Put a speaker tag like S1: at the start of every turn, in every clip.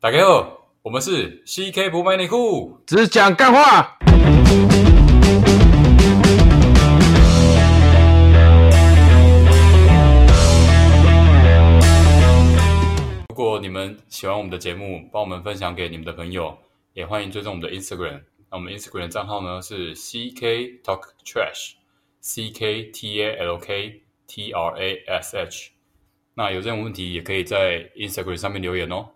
S1: 大家好，我们是 CK 不卖内裤。
S2: 只讲干话。
S1: 如果你们喜欢我们的节目，帮我们分享给你们的朋友，也欢迎追踪我们的 Instagram。那我们 Instagram 的账号呢是 CK Talk Trash，C K T A L K T R A S H。那有任何问题也可以在 Instagram 上面留言哦。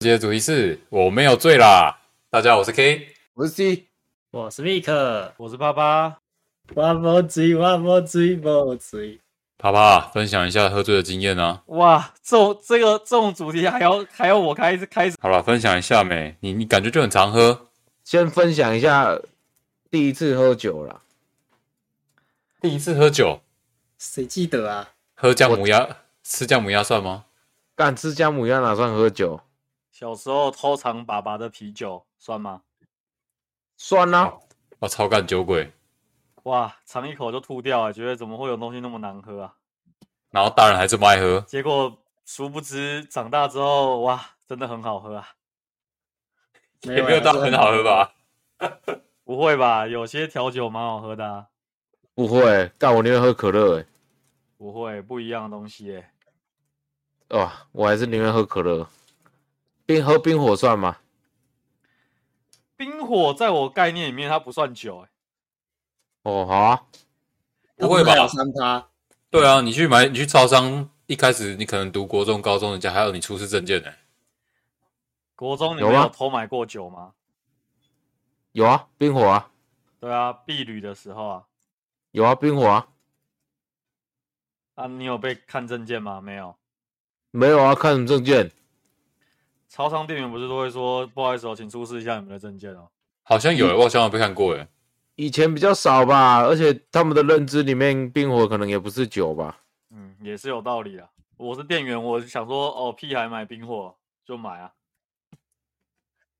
S1: 今天的主题是我没有醉啦。大家好，我是 K。
S2: 我是 C，
S3: 我是 Vic，
S4: 我是爸爸，
S3: 我无醉，我无醉，无醉。
S1: 啪啪，分享一下喝醉的经验啊。
S4: 哇，这种这个这种主题还要还要我开开始
S1: 好了，分享一下没？你你感觉就很常喝，
S2: 先分享一下第一次喝酒啦。
S1: 第一次喝酒，
S3: 谁记得啊？
S1: 喝姜母鸭，吃姜母鸭算吗？
S2: 干吃姜母鸭哪算喝酒？
S4: 小时候偷藏爸爸的啤酒算吗？
S2: 算啦、
S1: 我哦超干酒鬼。
S4: 哇，尝一口就吐掉啊，觉得怎么会有东西那么难喝啊？
S1: 然后大人还这么爱喝，
S4: 结果殊不知长大之后，哇，真的很好喝啊！
S3: 没啊
S1: 也没有到很好喝？吧？
S4: 不会吧？有些调酒蛮好喝的、啊，
S2: 不会，干我宁愿喝可乐哎、
S4: 不会不一样的东西耶、
S2: 欸，哦，我还是宁愿喝可乐。冰喝冰火算吗？
S4: 冰火在我概念里面它不算酒、欸，
S2: 哦，好啊，
S1: 不会吧
S3: 他们还有三趴，
S1: 对啊，你去买，你去超商，一开始你可能读国中、高中，人家还要你出示证件呢、
S4: 国中你
S2: 有
S4: 们
S1: 啊
S2: 吗
S4: 有偷买过酒吗？
S2: 有啊，冰火啊，
S4: 对啊，避旅的时候啊，
S2: 有啊，冰火啊，
S4: 啊，你有被看证件吗？没有。
S2: 没有啊，看什么证件？
S4: 超商店员不是都会说不好意思哦，请出示一下你们的证件哦。
S1: 好像有、欸，我好像有被看过诶、
S2: 以前比较少吧，而且他们的认知里面，冰火可能也不是酒吧。
S4: 嗯，也是有道理啊。我是店员，我想说哦，屁孩买冰火就买啊，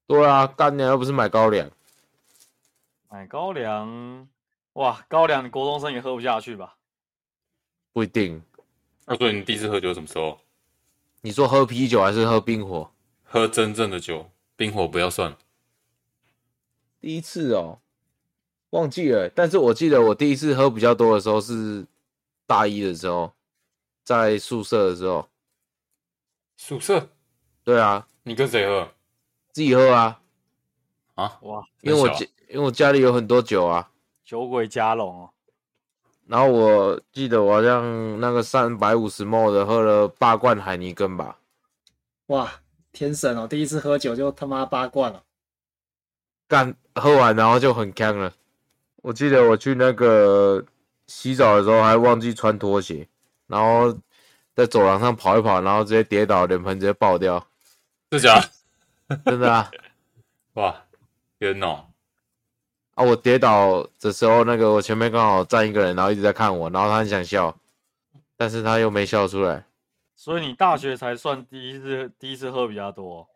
S2: 对啊，干娘又不是买高粱，
S4: 买高粱。哇，高粱国中生也喝不下去吧？
S2: 不一定。
S1: 那、啊所以你第一次喝酒什么时候？
S2: 你说喝啤酒还是喝冰火？
S1: 喝真正的酒，冰火不要算。
S2: 第一次哦，忘记了。但是我记得我第一次喝比较多的时候是大一的时候，在宿舍的时候。
S1: 宿舍，
S2: 对啊，
S1: 你跟谁喝
S2: 自己喝啊，
S1: 啊？
S4: 哇，
S2: 因为我
S1: 很小
S2: 家因为我家里有很多酒啊。
S4: 酒鬼加龙哦，
S2: 然后我记得我好像那个三百五十 ml 的喝了八罐海尼根吧，
S3: 哇，天神哦，第一次喝酒就他妈八罐了。
S2: 干喝完然后就很干了。我记得我去那个洗澡的时候还忘记穿拖鞋，然后在走廊上跑一跑，然后直接跌倒，脸盆直接爆掉，
S1: 是假？
S2: 真的 啊！
S1: 哇，冤哦！
S2: 啊，我跌倒的时候，那个我前面刚好站一个人，然后一直在看我，然后他很想笑，但是他又没笑出来。
S4: 所以你大学才算第一次第一次喝比较多哦、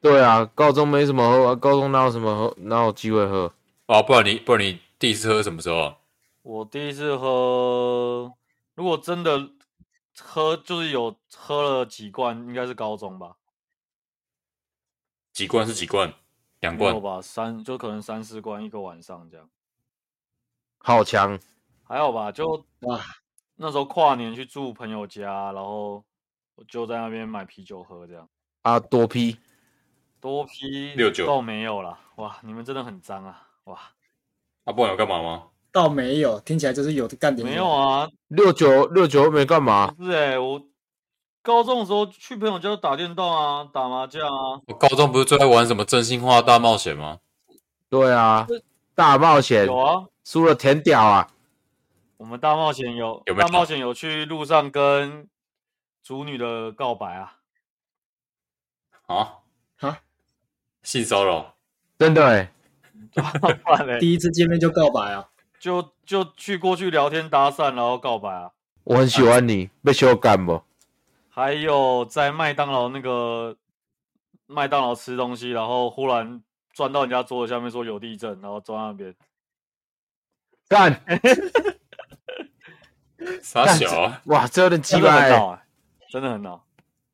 S2: 对啊，高中没什么喝，高中哪有什么喝，哪有机会喝？
S1: 啊，不然你不然你第一次喝什么时候？啊
S4: 我第一次喝，如果真的喝就是有喝了几罐，应该是高中吧，
S1: 几罐是几罐？两
S4: 没
S1: 罐
S4: 有。吧，三就可能三四罐一个晚上这样。
S2: 好强，
S4: 还好吧，
S1: 哦
S4: 就
S3: 哇，
S4: 那时候跨年去住朋友家，然后我就在那边买啤酒喝，这样
S2: 啊，多批，
S4: 多批
S1: 六九
S4: 倒没有啦。哇，你们真的很脏啊！哇，
S1: 啊，不然有干嘛吗？
S3: 倒没有，听起来就是有的干点
S4: 没有。啊，
S2: 六九六九又没干嘛？
S4: 不是哎、我高中的时候去朋友家打电动啊，打麻将啊，
S1: 我高中不是最爱玩什么真心话大冒险吗？
S2: 对啊，大冒险
S4: 有啊。
S2: 输了舔屌啊！
S4: 我们大冒险有
S1: 有没有
S4: 大冒险有去路上跟主女的告白啊，
S1: 啊
S3: 啊，
S1: 性骚扰。
S2: 真的哎，
S4: 不然嘞
S3: 第一次见面就告白啊？
S4: 就就去过去聊天搭讪，然后告白啊。
S2: 我很喜欢你，被羞干不？
S4: 还有在麦当劳那个麦当劳吃东西，然后忽然钻到人家桌子下面说有地震，然后钻到那边，
S2: 干，
S1: 傻小啊，
S2: 哇，这有点鸡
S4: 真的
S1: 啊
S2: 巴
S4: 很
S2: 欸，
S4: 闹、欸，真的很闹。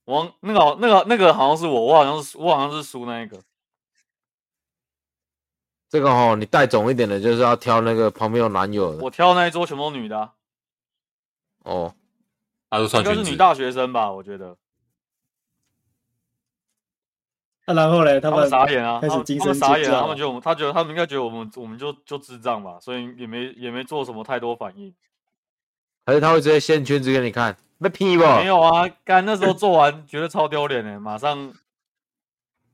S4: 我忘那个好那个那个好像是我，我好像是我好像是输那一个。
S2: 这个哈、你带种一点的，就是要挑那个旁边有男友的
S4: 我挑那一桌全部都女的啊、
S2: 哦。
S1: 他都
S4: 应
S1: 穿
S4: 该是
S1: 裙
S4: 女
S1: 子，
S4: 大学生吧？我觉得
S3: 那然后嘞，他
S4: 他
S3: 们
S4: 们傻眼啊，
S3: 开
S4: 他
S3: 始
S4: 们
S3: 精
S4: 他
S3: 神
S4: 们傻眼
S3: 尖
S4: 啊，
S3: 叫
S4: 他们觉得我们，他觉得他们应该觉得我们我们就就智障吧，所以也没也没做什么太多反应。
S2: 还是他会直接掀裙子给你看？被屁吧？
S4: 没有啊，干那时候做完觉得超丢脸的，马上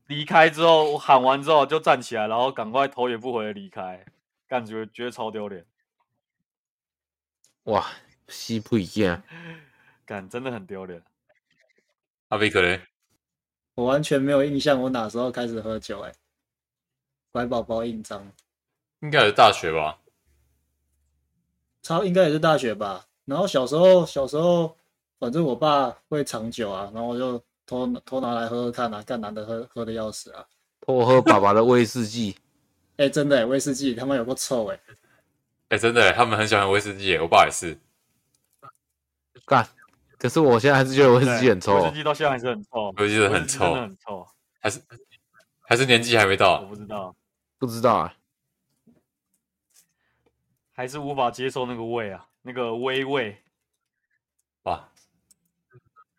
S4: 离开之后喊完之后就站起来，然后赶快头也不回的离开，感觉觉得超丢脸，
S2: 哇，西不一啊样。
S4: 干真的很丢脸。
S1: 阿维克嘞，
S3: 我完全没有印象，我哪时候开始喝酒、欸？哎，乖宝宝印章，
S1: 应该也是大学吧？
S3: 超应该也是大学吧。然后小时候，小时候，反正我爸会藏酒啊，然后我就偷偷拿来喝喝看啊，干男的喝喝的要死啊。
S2: 偷喝爸爸的威士忌，
S3: 哎、真的、欸，威士忌他妈有个臭哎、
S1: 哎、真的耶，他们很喜欢威士忌耶，欸我爸也是。
S2: 干！可是我现在还是觉得威士忌很
S4: 对威
S2: 臭
S4: 士。忌到现在还是很臭，
S1: 威士忌真的
S4: 威
S1: 很
S4: 士忌真
S1: 臭
S4: 的很臭。
S1: 还是还是年纪还没
S4: 我
S1: 到，
S4: 不知道，
S2: 不知道啊，
S4: 还是无法接受那个味啊，那个微味。
S1: 哇！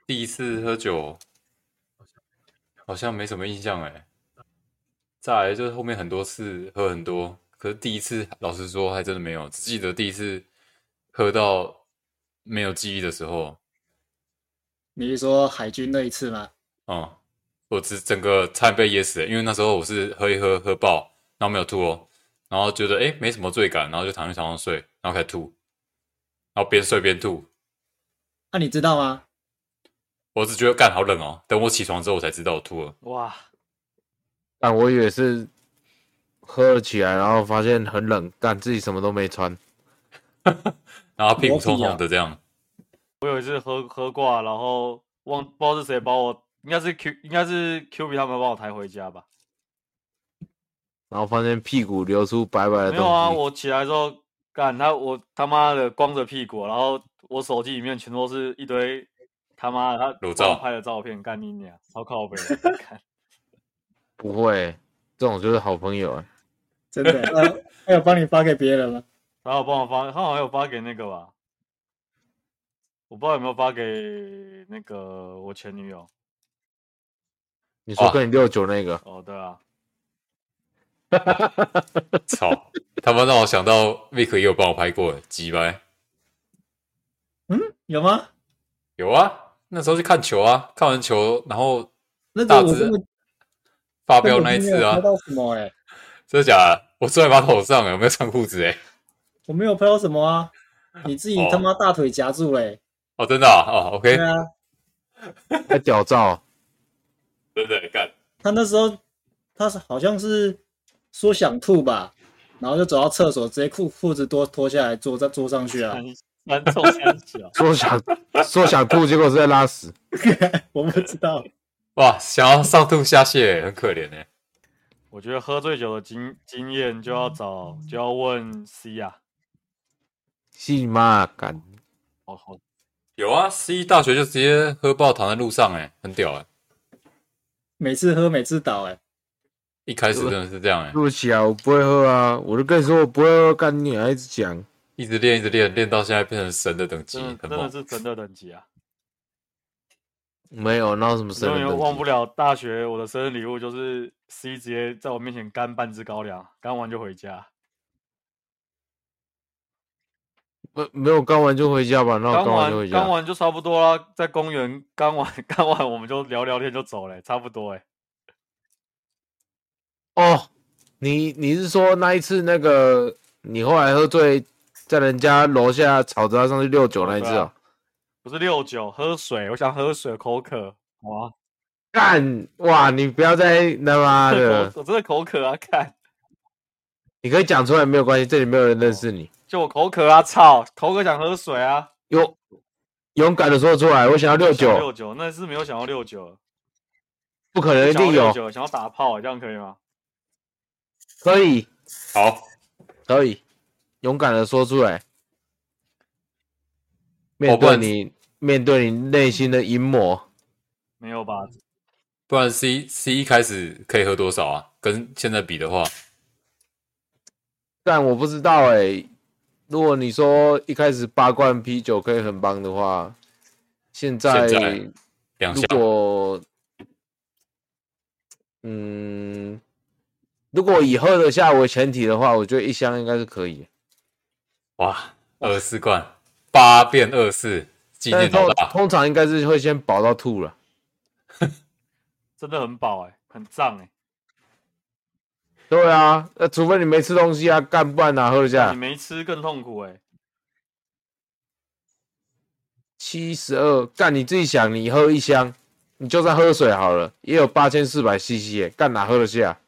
S1: 第一次喝酒，好像没什么印象哎。再来就是后面很多次喝很多，可是第一次老实说还真的没有，只记得第一次喝到没有记忆的时候，
S3: 你是说海军那一次吗？
S1: 嗯，我只整个差点被噎死，欸因为那时候我是喝一喝喝爆，然后没有吐哦，然后觉得诶没什么罪感，然后就躺在床上睡，然后开始吐，然后边睡边吐，
S3: 那、啊你知道吗？
S1: 我只觉得干好冷哦，等我起床之后我才知道我吐了。
S4: 哇，
S2: 但我以为是喝了起来，然后发现很冷，干自己什么都没穿。
S1: 然后屁股痛痛的这样。
S4: 我有一次喝喝挂，然后忘不知道是谁把我，应该是 Q，应该是 Q B 他们把我抬回家吧。
S2: 然后发现屁股流出白白
S1: 哎
S2: 的
S4: 没
S2: 东西。
S4: 有啊，我起来之后，干他我他妈的光着屁股，然后我手机里面全都是一堆他妈的他
S1: 裸
S4: 帮
S1: 照
S4: 我拍的照片，干你娘，超靠北的。 看
S2: 不会，这种就是好朋友啊。
S3: 真的、欸， 呃还有帮你发给别人吗？
S4: 然后帮我发，他好像有发给那个吧，我不知道有没有发给那个我前女友。
S2: 你说
S1: 哇
S2: 跟你六九那个，
S4: 哦，对啊，
S3: 啊
S1: 操！他们让我想到 Vic 也有帮我拍过，几百
S3: 嗯，有吗？
S1: 有啊。那时候去看球啊，看完球然后
S3: 那
S1: 大
S3: 个我
S1: 致
S3: 根本
S1: 发
S3: 根
S1: 飙
S3: 本
S1: 那一
S3: 没
S1: 次
S3: 有
S1: 啊
S3: 拍，到什么哎、
S1: 真的假的？我坐在马桶上，有没有穿裤子？哎，
S3: 我没有拍到什么啊，你自己
S1: 哦
S3: 他妈大腿夹住嘞、
S1: 哦，真的啊哦，OK，
S3: 对啊，
S2: 在哎屌照，哦
S1: 真的干，
S3: 他那时候他是好像是说想吐吧，然后就走到厕所，直接裤裤子脱脱下来坐在坐上去啊
S4: 三。三臭三小，
S2: 说想 说想吐，结果是在拉屎。
S3: 我不知道，
S1: 哇，想要上吐下泻，很可怜哎。
S4: 我觉得喝醉酒的经经验就要找就要问 C 啊，
S2: 戏妈干，
S4: 好哦好
S1: 有啊，C 大学就直接喝爆，躺在路上，哎，很屌哎。
S3: 每次喝每次倒哎、
S1: 一开始真的是这样哎，
S2: 对不起啊，我不会喝啊，我就跟你说我不会喝，干你还一直讲。
S1: 一直练，一直练，练到现在变成神的等级
S2: 嗯
S1: 很
S4: 真的，真的
S1: 猛。
S4: 是神的等级啊！
S2: 没有，哪有什么生
S4: 永
S2: 人
S4: 远
S2: 等
S4: 忘不
S2: 级？
S4: 了大学我的生日礼物就是 C 直接在我面前干半支高粱，干完就回家，
S2: 不，没有干完就回家吧，那我
S4: 干
S2: 干完就回
S4: 完干
S2: 家。
S4: 完就差不多啦，在公园干完 干完我们就聊聊天就走了，差不多哎。
S2: 哦，你你是说那一次那个你后来喝醉，在人家楼下吵着要上去六九那一次
S4: 对
S2: 啊
S4: 啊？不是六九喝水，我想喝水，口渴，哇，啊
S2: 干哇！你不要再他妈的
S4: 口，我真的口渴啊！看，
S2: 你可以讲出来没有关系，这里没有人认识你。
S4: 就我口渴啊，操，口渴想喝水啊。
S2: 勇勇敢的说出来，我想要六
S4: 想
S2: 九，
S4: 六九，那是没有想要六九，
S2: 不可能一
S4: 想要
S2: 定
S4: 六
S2: 有，
S4: 九，想要打炮，这样可以吗？
S2: 可以
S1: 好，
S2: 可以，勇敢的说出来，面
S1: 哦不
S2: 对
S1: 然
S2: 你面对你内心的淫魔，
S4: 没有吧？
S1: 不然 C C 一开始可以喝多少啊？跟现在比的话，
S2: 但我不知道哎、如果你说一开始八罐啤酒可以很棒的话，现在
S1: 现在两
S2: 如
S1: 下
S2: 果嗯，如果以喝得下为前提的话，我觉得一箱应该是可以的。
S1: 哇，二十四罐，八变二十四，纪
S2: 但是
S1: 念
S2: 通
S1: 老大。
S2: 通常应该是会先饱到吐了。
S4: 真的很饱哎、很胀哎、
S2: 对啊，那、除非你没吃东西啊，干不然哪喝得下
S4: 你？没吃更痛苦哎、
S2: 七十二，干你自己想，你喝一箱，你就算喝水好了，也有八千四百 CC 耶，干哪喝得下？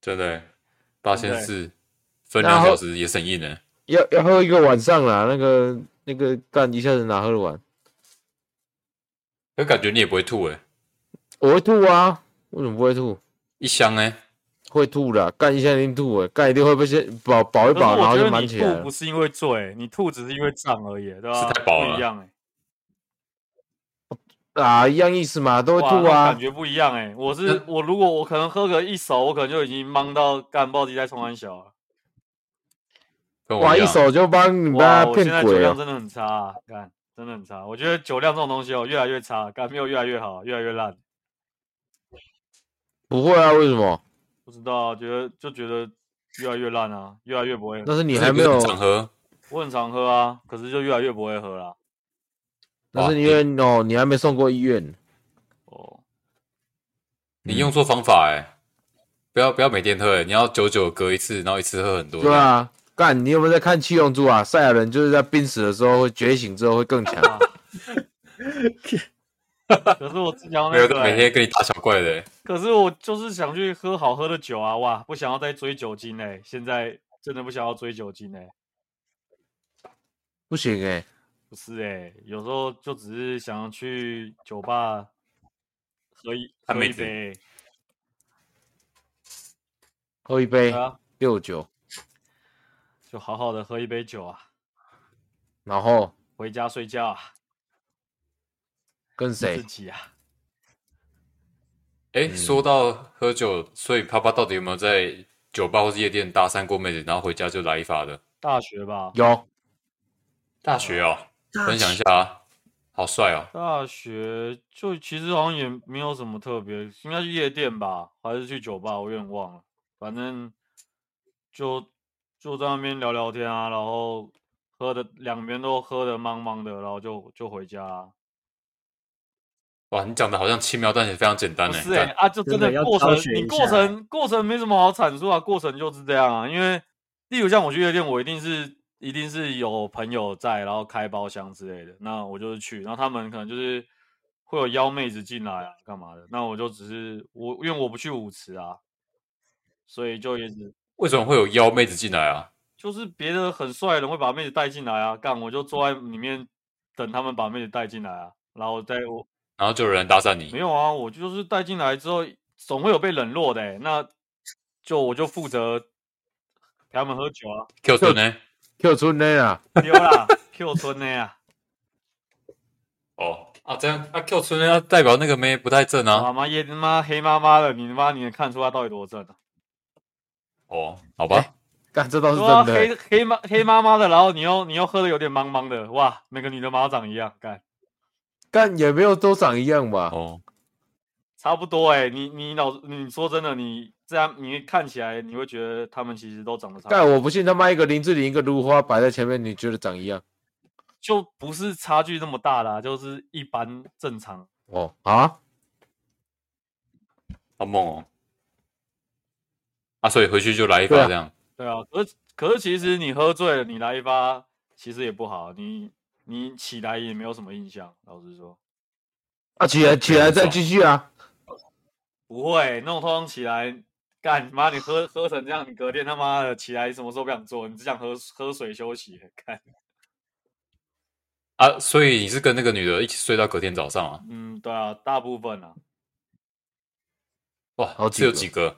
S1: 真的欸，八千四分
S2: 欸然
S1: 两
S2: 后
S1: 小时也省硬呢。
S2: 要要喝一个晚上啦，那个那个干一下子哪喝得完？
S1: 可感觉你也不会吐哎，
S2: 我会吐啊，为什么不会吐？
S1: 一箱哎，
S2: 会吐的，干一下一定吐哎，干一定会被先饱饱一
S4: 可是
S2: 饱，然
S4: 我
S2: 后
S4: 觉
S2: 就
S4: 得
S2: 满
S4: 你
S2: 起来
S4: 吐
S2: 了
S4: 不。是因为醉，你吐只是因为胀而已，对吧、
S1: 是太饱了
S4: 不一样哎、
S2: 啊，一样意思嘛， 都会
S4: 哇
S2: 吐
S4: 那
S2: 啊
S4: 感。觉不一样哎、我是
S1: 那
S4: 我，如果我可能喝个一手，我可能就已经懵到干爆鸡在冲安小了。
S1: 跟我
S2: 哇，
S1: 一
S2: 一
S1: 样。
S2: 手就帮你们
S4: 哇，
S2: 他
S4: 我现在
S2: 嗯骗
S4: 酒
S2: 鬼
S4: 量
S2: 哦。
S4: 真的很差、啊，干真的很差。我觉得酒量这种东西哦，越来越差，干没有越来越好，越来越烂。
S2: 不会啊，为什么？
S4: 不知道啊，觉得就觉得越来越烂啊，越来越不会喝。
S2: 那是你
S1: 可
S2: 还
S1: 是
S2: 没
S1: 不是
S2: 有，
S1: 常喝，
S4: 我很常喝啊，可是就越来越不会喝啦。
S2: 那是因为哦，你还没送过医院。
S4: 哦，
S1: 你用错方法哎，不要不要每天喝哎，你要久久隔一次，然后一次喝很多。
S2: 对，啊，干，你有没有在看《七龙珠》啊？赛亚人就是在濒死的时候会觉醒之后会 更强。
S4: 啊可是我只想要
S1: 没有
S4: 那个欸、
S1: 每天跟你打小怪的欸，
S4: 可是我就是想去喝好喝的酒啊，哇，不想要再追酒精哎、现在真的不想要追酒精哎、
S2: 不行哎、
S4: 不是哎、有时候就只是想要去酒吧喝一
S1: 看
S4: 喝
S1: 妹
S4: 一
S1: 子
S4: 杯，
S2: 喝一杯
S4: 对啊，
S2: 六九，
S4: 就好好的喝一杯酒啊，
S2: 然后
S4: 回家睡觉啊，
S2: 跟
S4: 自
S2: 谁？
S4: 己啊，
S1: 哎，说到喝酒，所以啪啪到底有没有在酒吧或是夜店搭讪过妹子，然后回家就来一发的？
S4: 大学吧，
S2: 有
S1: 大学哦，分享一下啊，好帅哦！
S4: 大学就其实好像也没有什么特别，应该去夜店吧，还是去酒吧，我有点忘了。反正就就在那边聊聊天啊，然后喝的两边都喝的茫茫的，然后就就回家啊、
S1: 哇，你讲的好像轻描淡写，非常简单
S4: 不
S1: 哎。
S4: 是哎、
S1: 干
S4: 啊，就真
S3: 真的要
S4: 过
S3: 挑
S4: 程，
S3: 选
S4: 你
S3: 一
S4: 过
S3: 下
S4: 程过程没什么好阐述啊，过程就是这样啊。因为例如像我去夜店，我一定是一定是有朋友在，然后开包厢之类的，那我就是去，然后他们可能就是会有邀妹子进来啊，干嘛的？那我就只是我，因为我不去舞池啊，所以就也只
S1: 为什么会有妖妹子进来啊？
S4: 就是别的很帅的人会把妹子带进来啊，干我就坐在里面等他们把妹子带进来啊，然后再我
S1: 然后就有人搭讪
S4: 没
S1: 你，
S4: 有啊，我就是带进来之后，总会有被冷落的欸、那就我就负责陪他们喝酒啊，
S1: Q 村呢？
S2: Q 村内啊，
S4: 丢啦，Q 欸村的呀、
S1: 哦啊，这样啊，Q 村呢，代表那个妹不太正
S4: 啊，
S1: 啊
S4: 妈。妈夜他妈黑妈妈的，你他妈你能看出他到底多正啊？
S1: 哦，好吧，
S2: 干这倒是
S4: 对啊，
S2: 真的、欸
S4: 黑黑妈黑妈妈的，然后你又你又喝的有点茫茫的，哇，每个女的马长一样，干
S2: 干也没有都长一样吧？
S1: 哦，
S4: 差不多哎、你你脑你说真的，你这样你看起来你会觉得他们其实都长得差不多
S2: 干我不信他妈一个林志玲一个如花摆在前面，你觉得长一样？
S4: 就不是差距那么大啦，就是一般正常。
S2: 哦啊，
S1: 好猛哦。啊，所以回去就来一
S2: 对
S1: 发
S2: 啊
S1: 这样。
S4: 对啊，可是可是其实你喝醉了，你来一发其实也不好，你你起来也没有什么印象，老实说，
S2: 啊起来起来再继续啊！
S4: 不会那种通常起来干妈你喝喝成这样，你隔天他妈的起来什么时候不想做，你只想喝喝水休息，干
S1: 啊，所以你是跟那个女的一起睡到隔天早上啊？
S4: 嗯对啊，大部分啊
S1: 哇，
S2: 好几
S1: 是有
S2: 个
S1: 几个？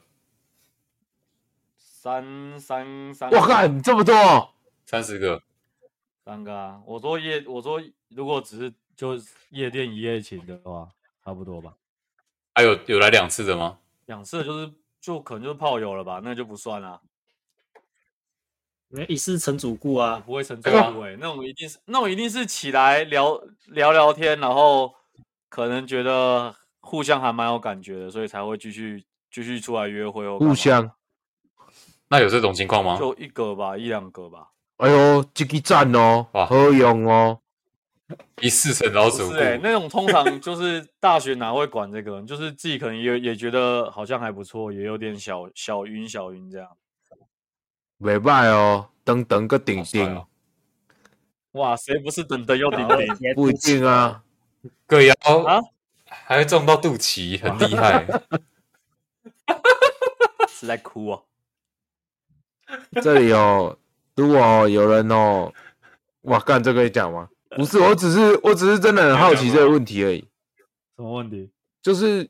S4: 三三三个，
S2: 我干这么多哦，
S1: 三十个？
S4: 三个啊，我说夜我说如果只是就是夜店一夜情的话，
S5: 差不多吧。
S1: 还、啊有有来两次的吗？
S4: 两次就是就可能就是炮友了吧，那就不算啦、
S3: 因为一世成主顾
S4: 我
S3: 啊，
S4: 不会成主
S1: 对啊
S4: 顾哎，那我一定是那我一定是起来聊聊聊天，然后可能觉得互相还蛮有感觉的，所以才会继续继续出来约会哦。
S2: 互相，
S1: 那有这种情况吗？
S4: 就一个吧，一两个吧。
S2: 哎呦，这个赞哦，
S1: 哇
S2: 好用哦，
S1: 一四成老
S4: 不
S1: 主
S4: 是
S1: 顾，
S4: 哎、那种通常就是大学哪会管这个？就是自己可能也也觉得好像还不错，也有点小小晕小晕这样。
S2: 袂歹哦，等等个顶
S1: 好帅
S2: 顶
S1: 哦，
S4: 哇，谁不是等 等又顶
S3: 然后
S4: 顶？
S3: 截
S2: 不一
S3: 图起
S2: 定啊。
S1: 各腰
S4: 啊
S1: 还会撞到肚脐，很厉 害。
S4: 是在哭哦、
S2: 这 里哦，如果哦有人哦，哇，干这可以讲吗？不是，我只是我只是真的很好奇这个问题而已，
S5: 什么问题？
S2: 就是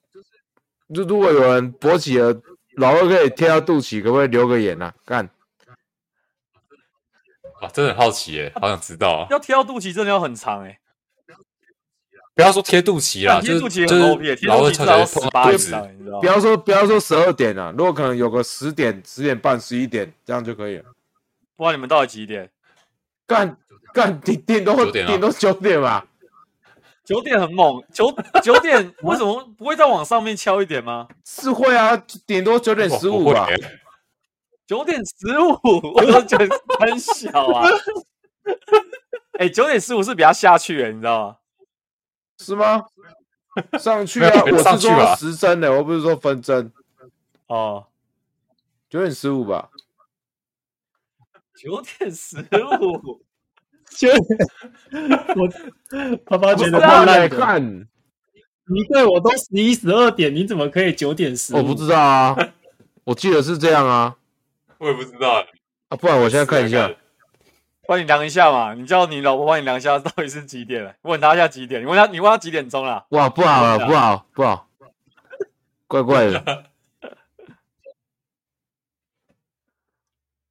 S2: 就如果有人勃起了，老二可以贴到肚脐，可不可以留个言啊？干，
S1: 哇，真的很好奇耶，好想知道啊！
S4: 要贴到肚脐真的要很长哎、
S1: 不要说贴肚脐啦，
S4: 欸，
S1: 啊就
S4: 贴
S1: 是
S4: 肚脐
S1: 就
S4: 很 OP，、
S1: 是
S4: 欸、贴
S1: 老
S4: 肚
S1: 二
S4: 脐
S1: 翘起来
S4: 至少要
S1: 碰
S4: 十
S1: 到
S4: 八
S1: 肚
S4: 以
S1: 子，
S4: 上，你知道
S2: 不
S4: 吗？
S2: 要说不要说十二点啊，如果可能有个十点、十点半、十一点这样就可以了。
S4: 不知道你们到底几点？
S2: 干干顶顶多
S1: 九点啊
S2: 顶多九点吧，
S4: 九点很猛，九九点为什么不会再往上面敲一点吗？
S2: 是会啊，顶多九点
S1: 哇
S2: 十
S1: 不
S2: 五
S1: 哦会欸
S2: 吧。
S1: 耶
S4: 九点十五，我都觉得很小啊。哎、九点十五是比较下去的，你知道吗？
S2: 是吗？上去
S1: 没
S2: 啊！
S1: 有
S2: 我
S1: 上
S2: 是
S1: 去吧
S2: 说时针的，我不是说分针，
S4: 哦，
S2: 九点十五吧。
S4: 九点十 五，
S3: 就我爸爸觉得
S4: 不是
S2: 来
S4: 啊
S3: 太烂了。
S2: 欸看，
S3: 你对我都十一十二点，你怎么可以九点十？
S2: 我不知道啊，我记得是这样啊
S1: 我也不知道耶。
S2: 啊，不然我现在看一下，
S4: 帮你量一下嘛。你叫你老婆帮你量一下，到底是几点了？问她一下几点？你问她，你问她几点钟啦？
S2: 哇，不好
S4: 看
S2: 了，
S4: 一下
S2: 不好，不好，怪怪的，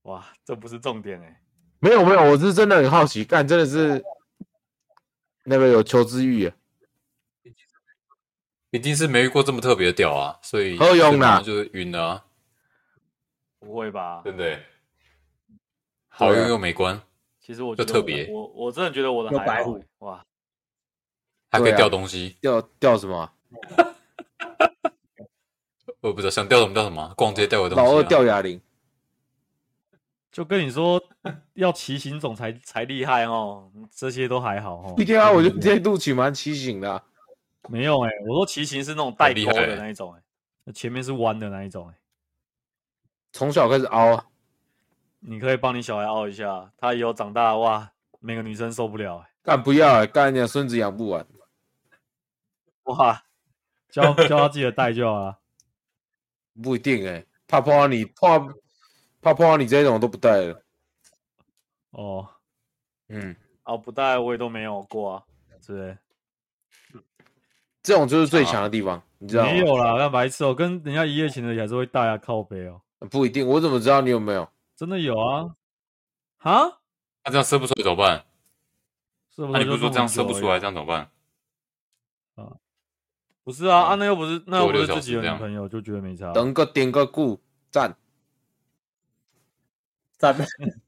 S4: 哇，这不是重点哎、
S2: 没有没有，我是真的很好奇，干真的是那个有求知欲啊，
S1: 一定是没遇过这么特别的屌啊，所以
S2: 好用啦
S1: 这种就是晕了啊，
S4: 不会吧？
S1: 对不对？好用又没关，
S4: 其实我
S1: 就
S4: 觉得
S1: 特
S4: 我的
S1: 别
S4: 我我真的觉得我的
S3: 又
S4: 还
S3: 白
S4: 好
S3: 虎
S4: 欸哇，
S1: 还可以
S2: 对啊
S1: 掉东西，
S2: 掉掉什么啊？
S1: 我也不知道想掉什么掉什么啊，逛街掉个东西啊。
S2: 老二掉哑铃，
S5: 就跟你说，要骑行总才才厉害哦，这些都还好哦。
S2: 一天啊，我就今天肚脐蛮骑醒的啊，
S5: 没有哎、
S4: 欸我说骑行是那种带
S1: 很厉
S4: 钩
S1: 害
S4: 的
S1: 欸
S4: 那一种哎、
S5: 那前面是弯的那一
S4: 欸
S5: 种哎、
S2: 从小开始凹啊，
S4: 你可以帮你小孩凹一下，他以后长大哇，每个女生受不了、欸、
S2: 干不要啊，干你啊孙子养不完，
S4: 哇，
S5: 教教他记得带就好了。
S2: 不一定哎、怕碰到你，怕怕碰啊到你这种都不带了。
S5: 哦，
S2: 嗯，
S4: 啊不带我也都没有过啊，
S5: 是不是
S2: 这种就是最强的地方，你
S1: 啊
S2: 知道吗？
S5: 没有啦，那白痴哦、跟人家一夜情的也还是会带啊，靠背哦、
S2: 不一定，我怎么知道你有没有？
S5: 真的有啊，哈，
S1: 那这样射不出来怎么办？
S5: 是不是？
S1: 那啊你不是说这样射不出来，这？样怎么办？
S4: 不是啊，啊那又不是那又
S1: 做
S4: 不
S1: 哦六
S4: 是
S1: 小
S4: 自
S1: 时
S4: 己的
S1: 这
S5: 女
S1: 样
S5: 朋友就觉得没差。
S2: 等个点个顾赞，
S3: 赞，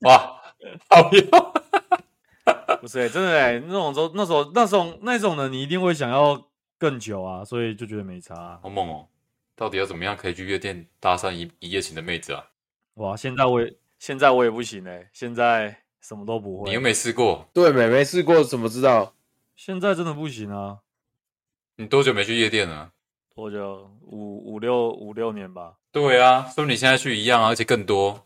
S1: 哇，好用！
S4: 不是、欸、真的哎、那种时候那时候那种那种的你一定会想要更久啊，所以就觉得没差啊、
S1: 好猛哦！到底要怎么样可以去夜店搭讪一一夜情的妹子啊？
S5: 哇，现
S4: 现在我也现在我也不行哎、现在什么都不
S1: 你又
S4: 会，
S1: 没试过，
S2: 对美没试过怎么知道？
S4: 现在真的不行啊，
S1: 你多久没去夜店了？
S4: 多久？五五六五六年吧。
S1: 对啊，说明你现在去一样啊，而且更多。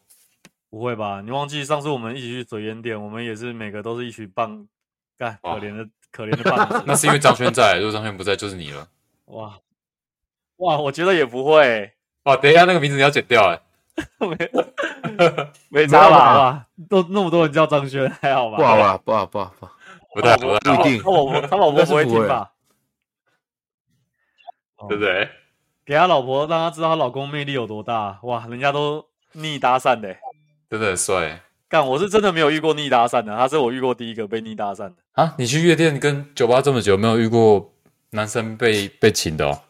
S4: 不会吧？你忘记上次我们一起去水烟店，我们也是每个都是一群棒干，可
S1: 哇
S4: 怜的可怜的棒
S1: 那
S4: 子。
S1: 是因为张轩 在，如果张轩不在，就是你了。
S4: 哇哇，我觉得也不会、欸，
S1: 哇，等一下那个名字你要剪掉哎、
S4: 没没差
S5: 好
S4: 吧？
S5: 吧，都那么多人叫张轩，还好吧？
S2: 不好吧，不好，不好，不好，
S1: 不太不
S2: 不
S1: 太
S2: 一
S1: 好，
S2: 定
S4: 他。老婆他老婆不会
S2: 应该是不
S4: 听
S2: 会
S4: 吧？
S1: 对不对？
S4: 给他老婆让他知道他老公魅力有多大。哇，人家都逆搭讪的欸、
S1: 真的很帅
S4: 干，我是真的没有遇过逆搭讪的，他是我遇过第一个被逆搭讪的。
S1: 啊！你去夜店跟酒吧这么久，没有遇过男生被被请的哦，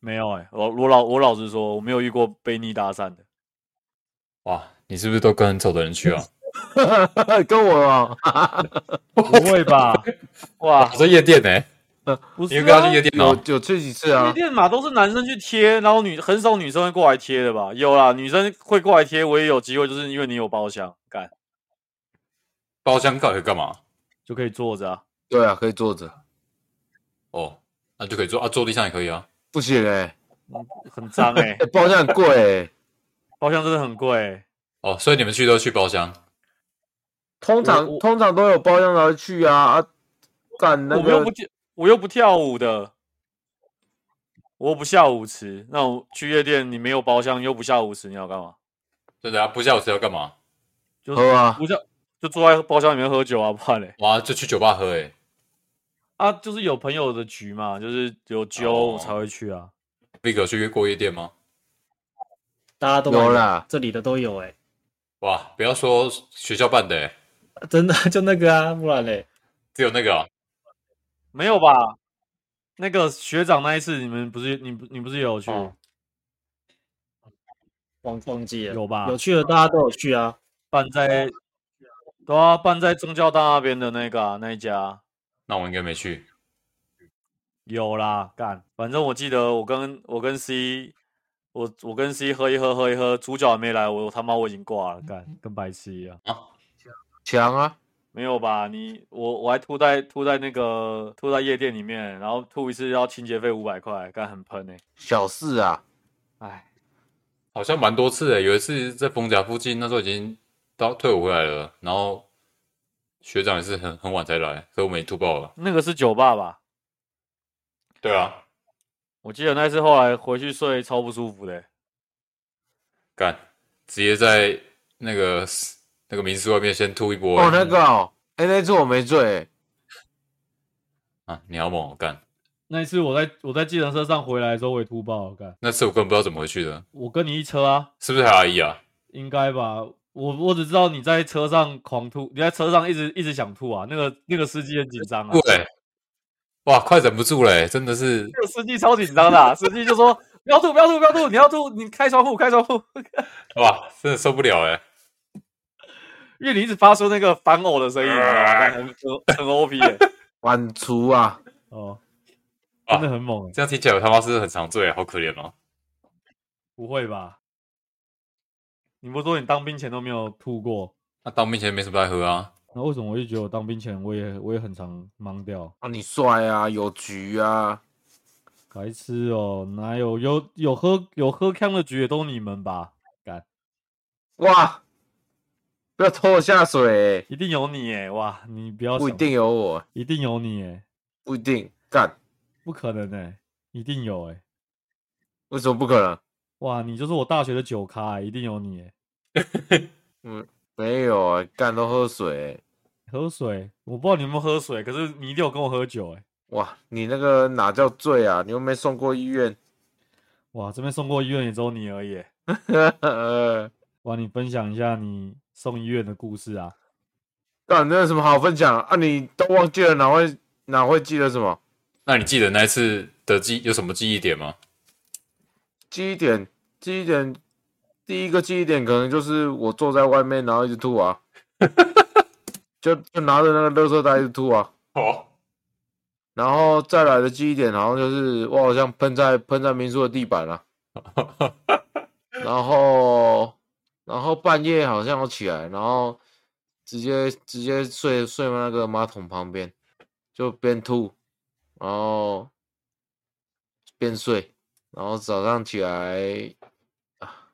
S4: 没有哎、我我老我老实说，我没有遇过被逆搭讪的。
S1: 哇，你是不是都跟很丑的人去 啊？
S2: 跟我哦，
S5: 不会吧？
S4: 哇
S1: 我，在夜店呢、
S4: 不是、
S1: 你
S4: 啊，
S1: 又跟他去夜店
S2: 有
S1: 哦？
S2: 有去几次
S4: 夜
S2: 啊？
S4: 店嘛都是男生去贴，然后女很少女生会过来贴的吧？有啦，女生会过来贴，我也有机会，就是因为你有包厢，干
S1: 包厢到底干嘛？
S5: 就可以坐着啊。
S2: 对啊，可以坐着，
S1: 哦，那就可以坐啊，坐地上也可以啊。
S2: 不行哎、
S4: 很脏哎、
S2: 欸，包厢很贵哎、
S4: 包厢真的很贵欸、
S1: 哦，所以你们去都去包厢，
S2: 通
S5: 我
S2: 常
S5: 我
S2: 通常都有包厢才会去啊啊，干那
S4: 我们又
S2: 个
S4: 不跳，我又不跳舞的，我又不下舞池，那我去夜店你没有包厢又不下舞池，你要干嘛？
S1: 对的啊，不下午时要干嘛？
S2: 喝啊，
S4: 不下就坐在包厢里面喝酒啊，不然嘞
S1: 哇，就去酒吧喝诶、欸
S5: 啊，就是有朋友的局嘛，就是有酒
S1: 哦
S5: 才会去啊。
S1: v i c 去过夜店吗？
S3: 大家都
S2: 有啦
S3: 这里的都有哎、
S1: 哇，不要说学校办的、欸，
S3: 真的就那个啊，不然嘞，
S1: 只有那个、啊、
S4: 没有吧？
S5: 那个学长那一次，你们不是你不你不是也有去？
S1: 哦
S3: 忘忘记了
S5: 有吧
S3: 有啊去的大家都有去啊，
S5: 办在对啊，办在宗教大那边的那个啊、那一家啊
S1: 那我应该没去。
S5: 有啦，干，
S4: 反正我记得我跟我跟 C，我我跟 C 喝一喝喝一喝，主角还没来，我他妈我已经挂了，
S5: 干跟白痴一样。
S2: 强啊，
S4: 没有吧？你我我还吐在吐在那个吐在夜店里面，然后吐一次要清洁费五百块，干很喷哎、
S2: 小事啊，
S4: 哎，
S1: 好像蛮多次的、有一次在逢甲附近，那时候已经到退伍回来了，然后学长也是很很晚才来，所以我们也吐爆了。
S4: 那个是酒吧吧？
S1: 对啊，
S4: 我记得那次后来回去睡超不舒服的欸、
S1: 干，直接在那个那个民宿外面先吐一波、欸。
S2: 哦那个哦，哎、那次我没醉、欸，
S1: 啊，你好猛哦，干！
S5: 那一次我在我在计程车上回来的时候，我也吐爆了，干，
S1: 那次我根本不知道怎么回去的，
S5: 我跟你一车啊，
S1: 是不是还有阿姨啊？
S5: 应该吧？我我只知道你在车上狂吐，你在车上一直一直想吐啊，那个那个司机很紧张啊，
S1: 对，哇，快忍不住嘞、真的是
S4: 那个司机超紧张的啊、司机就说不要吐，不要吐，不要吐，你要吐，你开窗户，开窗 户，
S1: 哇，真的受不了哎、
S4: 因为你一直发出那个反呕的声音，
S5: 啊
S4: 你知道吗干很很很 OP 耶、
S2: 晚厨啊，
S5: 哦，
S1: 啊
S5: 真的很猛欸、
S1: 这样听起来我他妈是不是很常醉、好可怜哦。
S5: 不会吧？你不是说你当兵前都没有吐过？
S1: 那当面前没什么在喝啊，
S5: 那为什么我就觉得我当兵前我也我也很常忙掉？
S2: 啊你帅啊，有局啊，
S5: 白痴哦，哪有有有喝有喝康的局也都你们吧？
S2: 哇，不要拖我下水、欸，
S5: 一定有你哎，哇，你不要
S2: 不一
S5: 想
S2: 定有我，
S5: 一定有你哎，
S2: 不一定干，
S5: 不可能哎，一定有哎，
S2: 为什么不可能？
S5: 哇，你就是我大学的酒咖欸，一定有你哎。
S2: 没有哎、干都喝水、欸，
S5: 喝水，我不知道你有没有喝水，可是你一定有跟我喝酒哎。
S2: 哇，你那个哪叫醉啊？你又没送过医院，
S5: 哇，这边送过医院也只有你而已欸。哇，你分享一下你送医院的故事啊？
S2: 干那有什么好分享啊？你都忘记了，哪会哪会记得什么？
S1: 那你记得那一次的记有什么记忆点吗？
S2: 记忆点，记忆点，第一个记忆点可能就是我坐在外面，然后一直吐啊，就就拿着那个垃圾袋一直吐啊，
S1: 哦，
S2: 然后再来的记忆点好像就是我好像喷在喷在民宿的地板了、然后然后半夜好像要起来，然后直接直接睡睡那个马桶旁边，就边吐，然后边睡，然后早上起来啊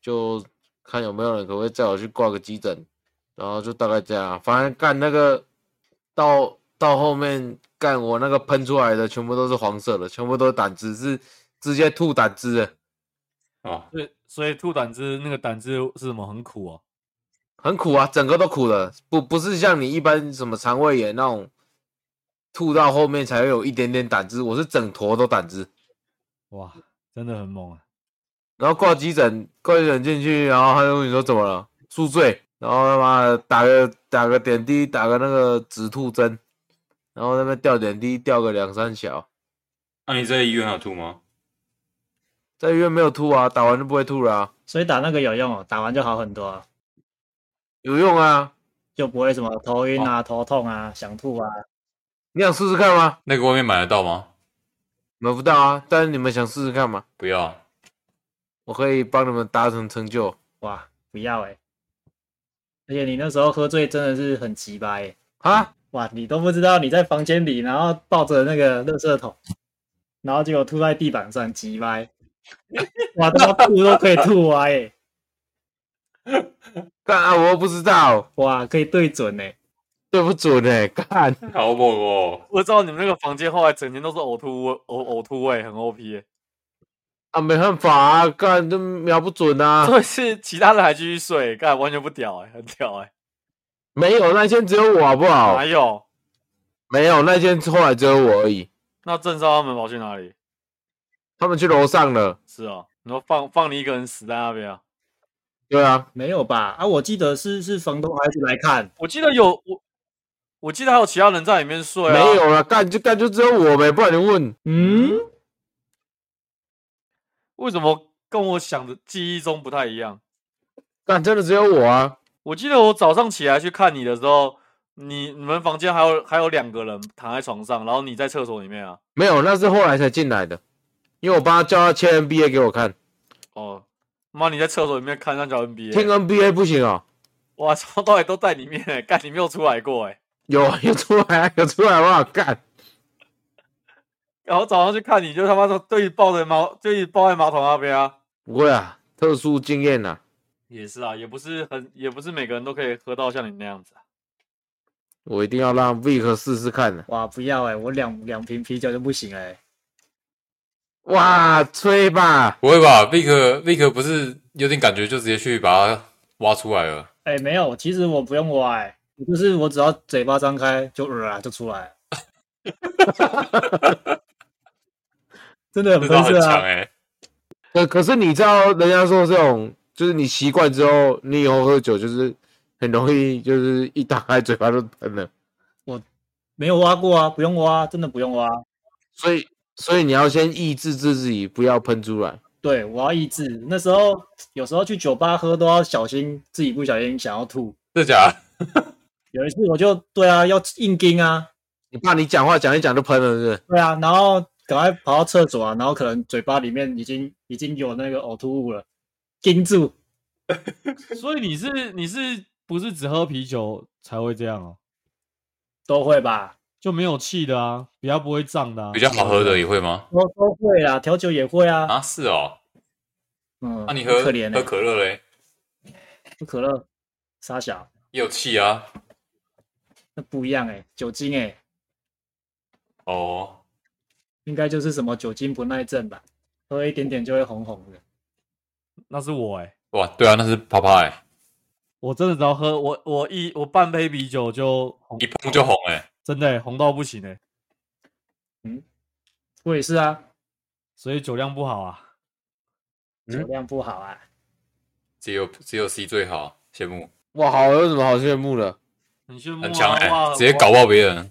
S2: 就看有没有人可不可以载我去挂个急诊，然后就大概这样，啊反正干那个到到后面干我那个喷出来的全部都是黄色的，全部都是胆汁，是直接吐胆汁的。
S1: 哦，
S5: 所以所以吐胆汁那个胆汁是什么？很苦哦。
S2: 很苦啊，整个都苦了，不不是像你一般什么肠胃炎那种，吐到后面才会有一点点胆汁，我是整坨都胆汁，
S5: 哇，真的很猛啊！
S2: 然后挂急诊，挂急诊进去，然后他就问你说怎么了，宿醉，然后他妈的打个打个点滴，打个那个止吐针，然后那边吊点滴吊个两三小，
S1: 那、你在医院还有吐吗？
S2: 在医院没有吐啊，打完就不会吐了啊、
S3: 所以打那个有用哦，打完就好很多啊，
S2: 有用啊！
S3: 就不会什么头晕啊、头痛啊、想吐啊。
S2: 你想试试看吗？
S1: 那个外面买得到吗？
S2: 买不到啊，但是你们想试试看吗？
S1: 不要，
S2: 我可以帮你们达成成就。
S3: 哇，不要哎、而且你那时候喝醉真的是很急吧哎、
S2: 啊，
S3: 哇，你都不知道你在房间里，然后抱着那个垃圾桶，然后结果吐在地板上，急歪。哇，他妈吐都可以吐歪、欸，
S2: 干啊！我又不知道，
S3: 哇，可以对准哎、
S2: 对不准哎、干
S1: 好猛哦！
S4: 我知道你们那个房间后来整天都是呕吐味，呕呕吐味很欸 OP，耶、
S2: 啊，没办法啊，干都瞄不准啊。
S4: 所以是其他人还继续睡，干完全不屌哎、很屌哎、
S2: 没有，那天只有我好不好
S4: 哪？有？
S2: 没有，那天后来只有我而已。
S4: 那郑少他们跑去哪里？
S2: 他们去楼上了。
S4: 是哦，你说放放你一个人死在那边啊？
S2: 对啊，
S3: 没有吧？啊，我记得是是房东还是来看，
S4: 我记得有我，我记得还有其他人在里面睡啊。
S2: 没有了，干就干就只有我呗，不然你问
S3: 嗯，
S4: 为什么跟我想的记忆中不太一样？
S2: 干真的只有我啊。
S4: 我记得我早上起来去看你的时候，你你们房间还有还有两个人躺在床上，然后你在厕所里面啊。
S2: 没有，那是后来才进来的，因为我帮他叫他签 NBA 给我看，
S4: 哦，妈，你在厕所里面看那叫 NBA，
S2: 签 NBA 不行哦，
S4: 哇，从头到尾都在里面、欸，干你没有出来过哎、
S2: 有 啊有出来啊有出来，我好干，
S4: 然后早上去看你就他妈的对抱着马，对抱在马桶那边啊。
S2: 不会啊，特殊经验呐、啊，
S4: 也是啊，也不是很，也不是每个人都可以喝到像你那样子 啊。
S2: 我一定要让 Vic 试试看的、
S3: 哇，不要哎、我两两瓶啤酒就不行哎、
S2: 哇，吹吧，
S1: 不会吧？Vic Vic 不是有点感觉就直接去把它挖出来了？
S3: 哎、没有，其实我不用挖、欸，我就是我只要嘴巴张开就呃就出来了， 真的
S1: 这
S3: 很
S1: 招
S3: 分
S1: 很
S3: 色
S1: 强
S3: 啊！
S1: 哎、
S2: 可可是你知道，人家说这种就是你习惯之后，你以后喝酒就是很容易，就是一打开嘴巴就喷了，
S3: 没有挖过啊，不用挖，真的不用挖。
S2: 所以所以你要先抑制自己不要喷出来，
S3: 对，我要抑制。那时候有时候去酒吧喝都要小心，自己不小心想要吐。
S1: 真的假的？
S3: 有一次我就对啊，要硬盯啊，
S2: 你怕你讲话讲一讲就喷了，是不是？
S3: 对啊，然后赶快跑到厕所啊，然后可能嘴巴里面已经已经有那个呕吐物了，盯住。
S5: 所以你是你是不是只喝啤酒才会这样哦？
S3: 都会吧，
S5: 就没有气的啊，比较不会胀的、啊，
S1: 比较好喝的也会吗？
S3: 都都会啦，调酒也会啊。
S1: 啊，是哦。啊
S3: 嗯，
S1: 那、你喝
S3: 很可怜、
S1: 喝
S3: 欸，
S1: 可乐嘞，
S3: 喝可乐，傻小，
S1: 也有气啊。
S3: 那不一样哎、酒精哎、
S1: 哦，
S3: 应该就是什么酒精不耐症吧，喝一点点就会红红的。
S5: 那是我哎、
S1: 哇，对啊，那是啪啪哎、
S5: 我真的只要喝我我一我半杯啤酒就红
S1: 一，碰就红哎、
S5: 真的、欸、红到不行哎、
S3: 我也是啊，
S5: 所以酒量不好啊。
S1: 嗯
S3: 酒量不好啊。
S1: 只有只有 C 最好，羡慕，
S2: 哇，好有什么好羡慕的？
S5: 很羡慕、啊，
S1: 很强哎、
S5: 哇
S1: 直接搞爆别人。